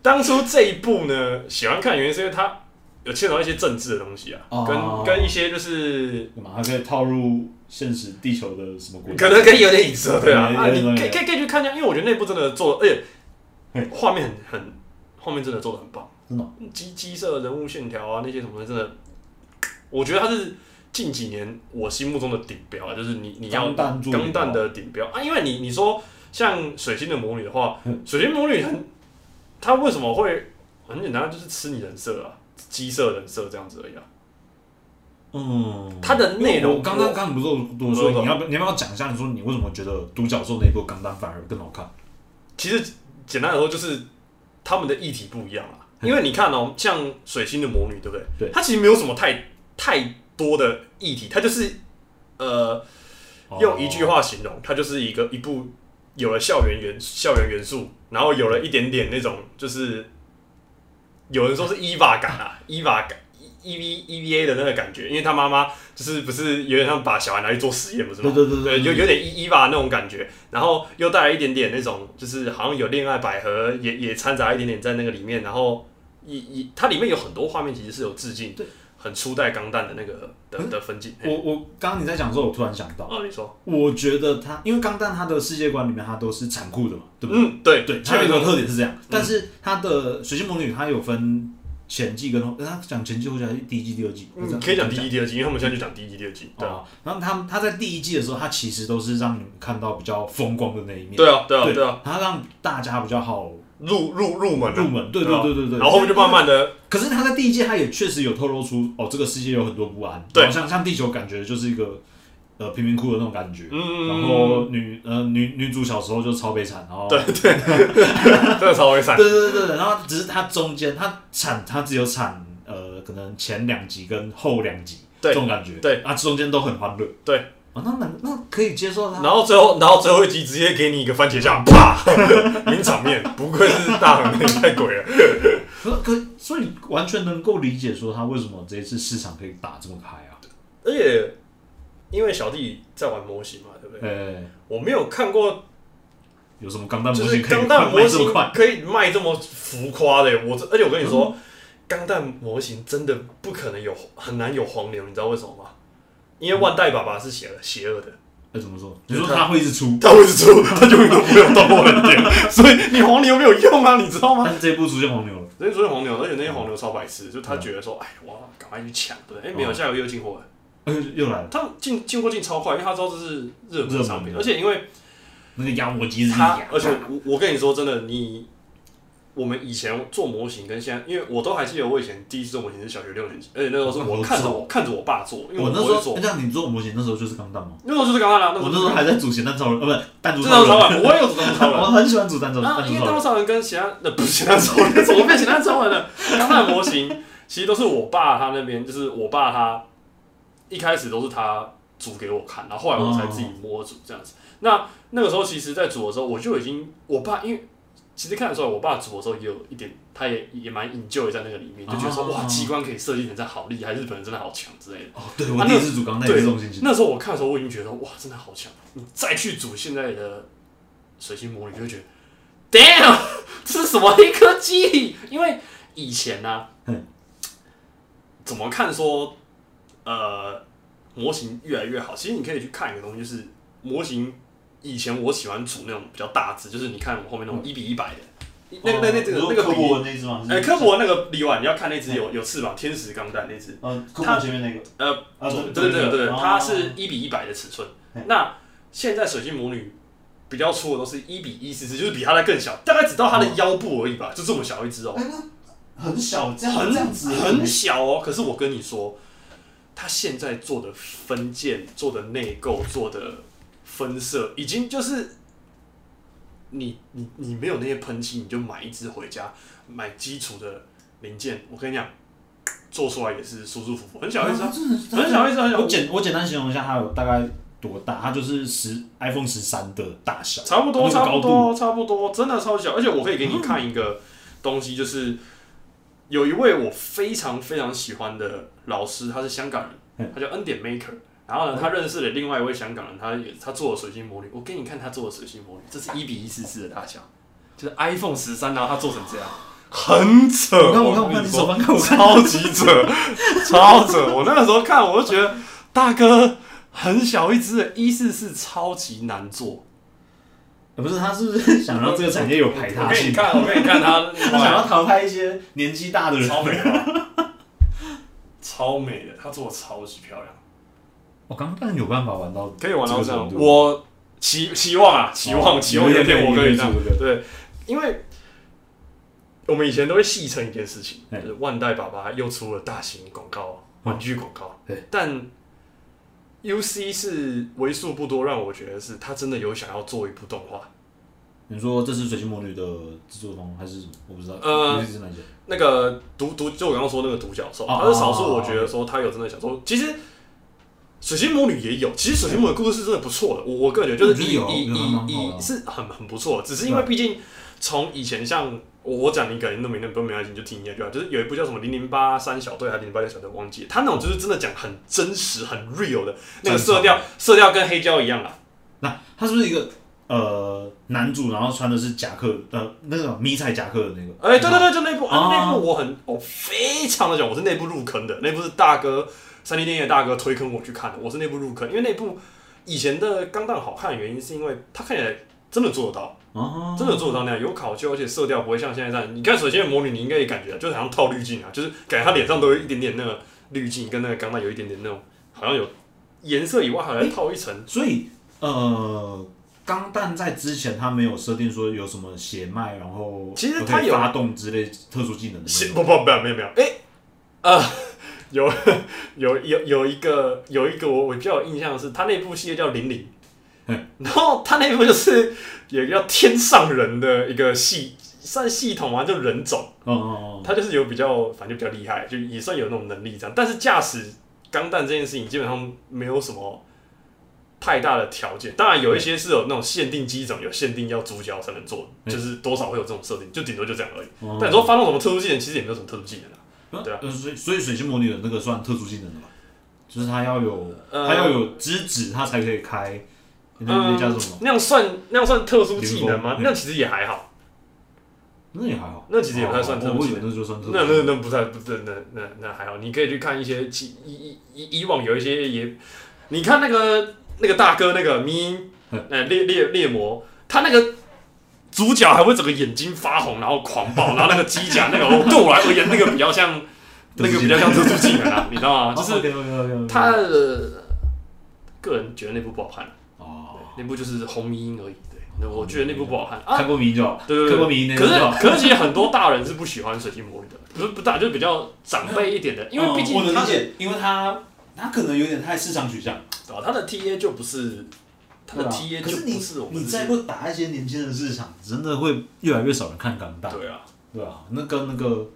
当初这一部呢，喜欢看的原因是因为它有牵扯到一些政治的东西啊，
哦
跟跟一些就是
干嘛？他可以套入现实地球的什么 国家
可？能可以有点影射，对啊，
有
啊，
有
你
有
可以
有
可以可以去看一下，因为我觉得那部真的做的，而
嘿
且画面很很，画面真的做的很棒，
真的哦
机机设人物线条啊那些什么的，真的，我觉得它是近几年我心目中的顶标啊，就是你你要
钢弹做
钢弹的顶标啊，因为你你说像水星的魔女的话，
嗯
水星魔女很，它为什么会很简单，就是吃你人设啊，鸡设人设这样子而已啊，
嗯，
它的内容
因为我刚刚刚你不是有多说，
我
你要不你要不要讲一下？你说你为什么觉得独角兽那一部钢弹反而更好看？
其实简单来说，就是他们的议题不一样啦。因为你看哦、像水星的魔女，对不对？
对
它其实没有什么太太多的议题，它就是呃，
哦
用一句
话，
话形容，它就是一个一部有了校园元校园元素，然后有了一点点那种就是有人说是 EVA 感啊，EVA 感。E V E V A 的那个感觉，因为他妈妈就是不是有点像把小孩拿去做实验，不是吗？
对对对
对，
对
有有点伊伊吧那种感觉，然后又带来一点点那种，就是好像有恋爱百合，也也掺杂一点点在那个里面，然后也也它里面有很多画面其实是有致敬，
对，嗯
很初代钢弹的那个的的分镜。
我我刚刚你在讲的时候，我突然想到，
哦，你说，
我觉得它，因为钢弹它的世界观里面它都是残酷的嘛，对不对？
嗯，对
对，它
差
有
不
一个
多。
特点是这样，但是它的《水星魔女》它有分前季跟后，呃它讲前季后季还是第一季、第二季？
你可以讲第一、第二季，因为他们现在就讲第一季、第二季。对啊，
哦。然后他他在第一季的时候，他其实都是让你们看到比较风光的那一面，
对啊，对啊，
对
对啊，
他让大家比较好
入入入门啊，
入门，对
对
对
啊
对对对。
然后后面就慢慢 的，
可是他在第一季，他也确实有透露出哦，这个世界有很多不安，
对
然后像像地球感觉就是一个呃贫民窟的那种感觉，
嗯，
然后女呃女女主小时候就超悲惨，然后
对对，这个超会闪。
对对对对，然后只是它中间它产它只有产呃可能前两集跟后两集
对
这种感觉，
对
啊中间都很欢乐，
对
啊那能那可以接受它，
然后最后，然后最后一集直接给你一个番茄酱，啪， 名场面，不愧是大横妹，太鬼了。
可可所以完全能够理解说它为什么这一次市场可以打这么开啊，
而且因为小弟在玩模型嘛，对不对？
呃、
我没有看过，
有什么钢弹模
就
型
是
可以
钢弹
快
模
卖这
型
么快？
可以卖这么浮夸的、我这而且我跟你说，钢弹模型真的不可能有很难有黄牛，你知道为什么吗？因为万代爸爸是邪恶邪恶的，
那、哎怎么说？你
就是
说
它
它会一直出，
他会出，他永远都不用到我的点， 所以你黄牛没有用啊，你知道吗？
但是这一部出现黄牛了，
所以所以黄牛，而且那些黄牛超白痴，就他觉得说，哎，我要赶快去抢，对不对？哎，没有，
嗯
下个月就进货了。
呃又来了，
他们进进货进超快，因为他知道这是热
热
门
门
商品，
的
而且因为
那个压我机是一
他
样，
而且我我跟你说真的，你我们以前做模型跟现在，因为我都还记得我以前第一次做模型是小学六年级，而且那时候是我
我
看着
操
我看着我爸做，因为
我那
不
时
会
候，
做
那，像你做模型那时候就是钢弹吗？
那时候就是刚刚啦，那时
我
候
那时候还在煮咸蛋超人，呃，不是蛋
就
煮
是那
超
时候
人。
我也有做超人，
我很喜欢煮蛋超
啊，
蛋
因为
煮超
大
人。
超人跟其他 呃不是其他超人，怎么变其 他超人了？钢弹模型其实都是我爸他那边，就是我爸他一开始都是他煮给我看，然后后来我才自己摸煮这样子。那那个时候其实，在煮的时候我就已经，我爸因为其实看得出来，我爸煮的时候也有一点，他也也蛮 enjoy 在那个里面，就觉得说、
哦
哇，机关可以设计成这样好厉害，日本人真的好强之类的。
哦，对，我第一次煮钢弹也是这种心情。
那时候我看的时候，我已经觉得哇，真的好强！你再去煮现在的水星魔女，就会觉得 damn，这 是什么黑科技？因为以前呢、啊
嗯
怎么看说呃模型越来越好？其实你可以去看一个东西，就是模型。以前我喜欢煮那种比较大只，就是你看我后面那种一比一百的，那那那这个
嗯哦
那个
科
比
博文那一只吗？
哎科博那个例外，你要看那只有有翅膀天使钢弹那只，
呃，科博前面那个。
呃，
啊
对
对
对对对，
哦
它是一比一百的尺寸
嘿。
那现在水晶魔女比较粗的都是一比一四四，就是比它的更小，大概只到它的腰部而已吧，就这么小一只哦，
哦哎，那很小，这样
很
这样子欸
很小哦。可是我跟你说，它现在做的分件、做的内构、做的分色，已经就是你你你没有那些喷漆，你就买一支回家，买基础的零件。我跟你讲，做出来也是舒舒服服，很小
哦
一只啊，很小一只，很小一只
我简我简单形容一下，它有大概多大？它就是十 iPhone 十三的大小。
差不多，
那个
差
高
不
度
多，差不多，真的超级小。而且我可以给你看一个东西，就是有一位我非常非常喜欢的老师，他是香港人，
嗯
他叫恩典 Maker。然后呢，他认识了另外一位香港人，他也他做了水晶魔女。我给你看他做的水晶魔女，这是一比一四四的大小，就是 iPhone 十三，然后他做成这样，很扯。
我看我看我
跟
看
你
你
说
手，腕看我看。
超级扯，超扯！我那个时候看，我就觉得大哥很小一只，一四四超级难做。
呃不是，他是不是 想让这个产业有排
我
他
给你
性？
看，我给你看他，
他想要淘汰一些年纪大的人。
超美的，超美的，他做的超级漂亮，
我刚刚有办法玩到，
可以玩到这样。
这个程度
我期期望啊，期
哦
望期望有一天我可以这样。对，因为我们以前都会戏称一件事情，就
哎
是万代爸爸又出了大型广告，玩具广告
对。
但 UC 是为数不多让我觉得是他真的有想要做一部动画。
你说这是《水晶魔女》的制作方还是什么？我不知道。
呃
你是哪一些？
那个独独，就我刚刚说那个独角兽，
哦
它是少数我觉得说它有真的想说，其实水星魔女也有，其实水星魔女的故事是真的不错的，我我个人觉得就是以
我觉得
以
有有哦蛮好
以
的
以是很很不错的，只是
嗯
因为毕竟从以前像我我讲你可能都没那都没关系，你就听一下就好，就是有一部叫什么零零八三小队还是零零八六小队，忘记了，他那种就是真的讲很真实很 real 的那个色调，色调跟黑胶一样啦，啊
那他是不是一个呃男主，然后穿的是夹克呃那个迷彩夹克的那个？
哎、对对对，就那部，啊
哦，
那部我很我非常的讲，我是那部入坑的，那部是大哥三 D 电影的大哥推坑我去看的，我是那部入坑，因为那部以前的钢弹好看的原因是因为它看起来真的做得到，
哦，
真的做得到那样，有考究，而且色调不会像现在这样。你看首先魔女，你应该也感觉就是好像套滤镜啊，就是感觉她脸上都有一点点那个滤镜，跟那个钢弹有一点点那种好像有颜色以外，好像套一层。
所以呃，钢弹在之前他没有设定说有什么血脉，然后
其实
不可以
它有
发动之类特殊技能的那
是
种。
不不不，没有没有，哎、 呃，有有有有一个有一个我我比较有印象的是，他那部系列叫《零零》，
嗯
然后他那部就是有一个叫天上人的一个系算系统嘛，就人种，
哦哦哦，
他就是有比较反正就比较厉害，就也算有那种能力这样，但是驾驶钢弹这件事情基本上没有什么。太大的条件，当然有一些是有那种限定机种，有限定要主角才能做，
嗯
就是多少会有这种设定，就顶多就这样而已。
哦
但你说发动什么特殊技能，其实也没有什么特殊技能啊。对啊
呃，所以所以水星魔女的那个算特殊技能的吧？就是它要有，
呃
它要有资质，它才可以开。那那叫什么？
那样算那样算特殊技能吗
灵？风
那样其实也还好，
那也还好，
那其实也不太算
哦
特殊
我以
技
为那就算特殊技
那
能。
那那不太不那那那那还好。你可以去看一些其以以以以往有一些也，你看那个那个大哥那个咪
嗯，
呃猎猎猎魔，他那个。主角还会整个眼睛发红，然后狂暴，然后那个机甲那个，我对我来而言，那个比较 像，那个比较像特殊技能啊，你知道吗？
哦
就是
是
他的个人觉得那部不好看啊，
哦，
那部就是红迷音而已，对。那我觉得那部不好看啊。
看过迷就好，
对对对
看过迷那
可
个
是
就好。
可是其实很多大人是不喜欢水晶魔女的，不是不大就比较长辈一点的，因为毕竟
嗯我能
他
理
的
解，因为他他可能有点太市场取向，
啊他的 TA 就不是他的
对啊
TA
可
就是
你
不是我们
你
这
再
些
不打一些年轻人市场，真的会越来越少人看港大，
对啊，
对吧？那跟那个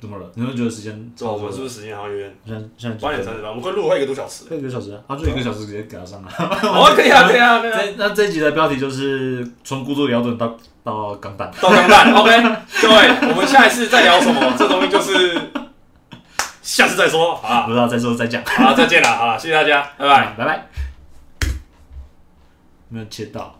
怎么了？你会觉得时间
这啊我们是不是时间好像有点
现在现在几
八点
分
三十八，我们快录了快一个多小时了。
快一个小时啊，啊，就一个小时直接给他上了。
哦，可以啊，可以啊，可以啊。
这那这一集的标题就是从孤独摇滚到到港大，
到钢蛋，OK，各 位，我们下一次再聊什么？这东西就是下次再说啊。
不知道再说再讲，
好啦，再见了，好啦，谢谢大家，拜拜。
拜拜。没有切到。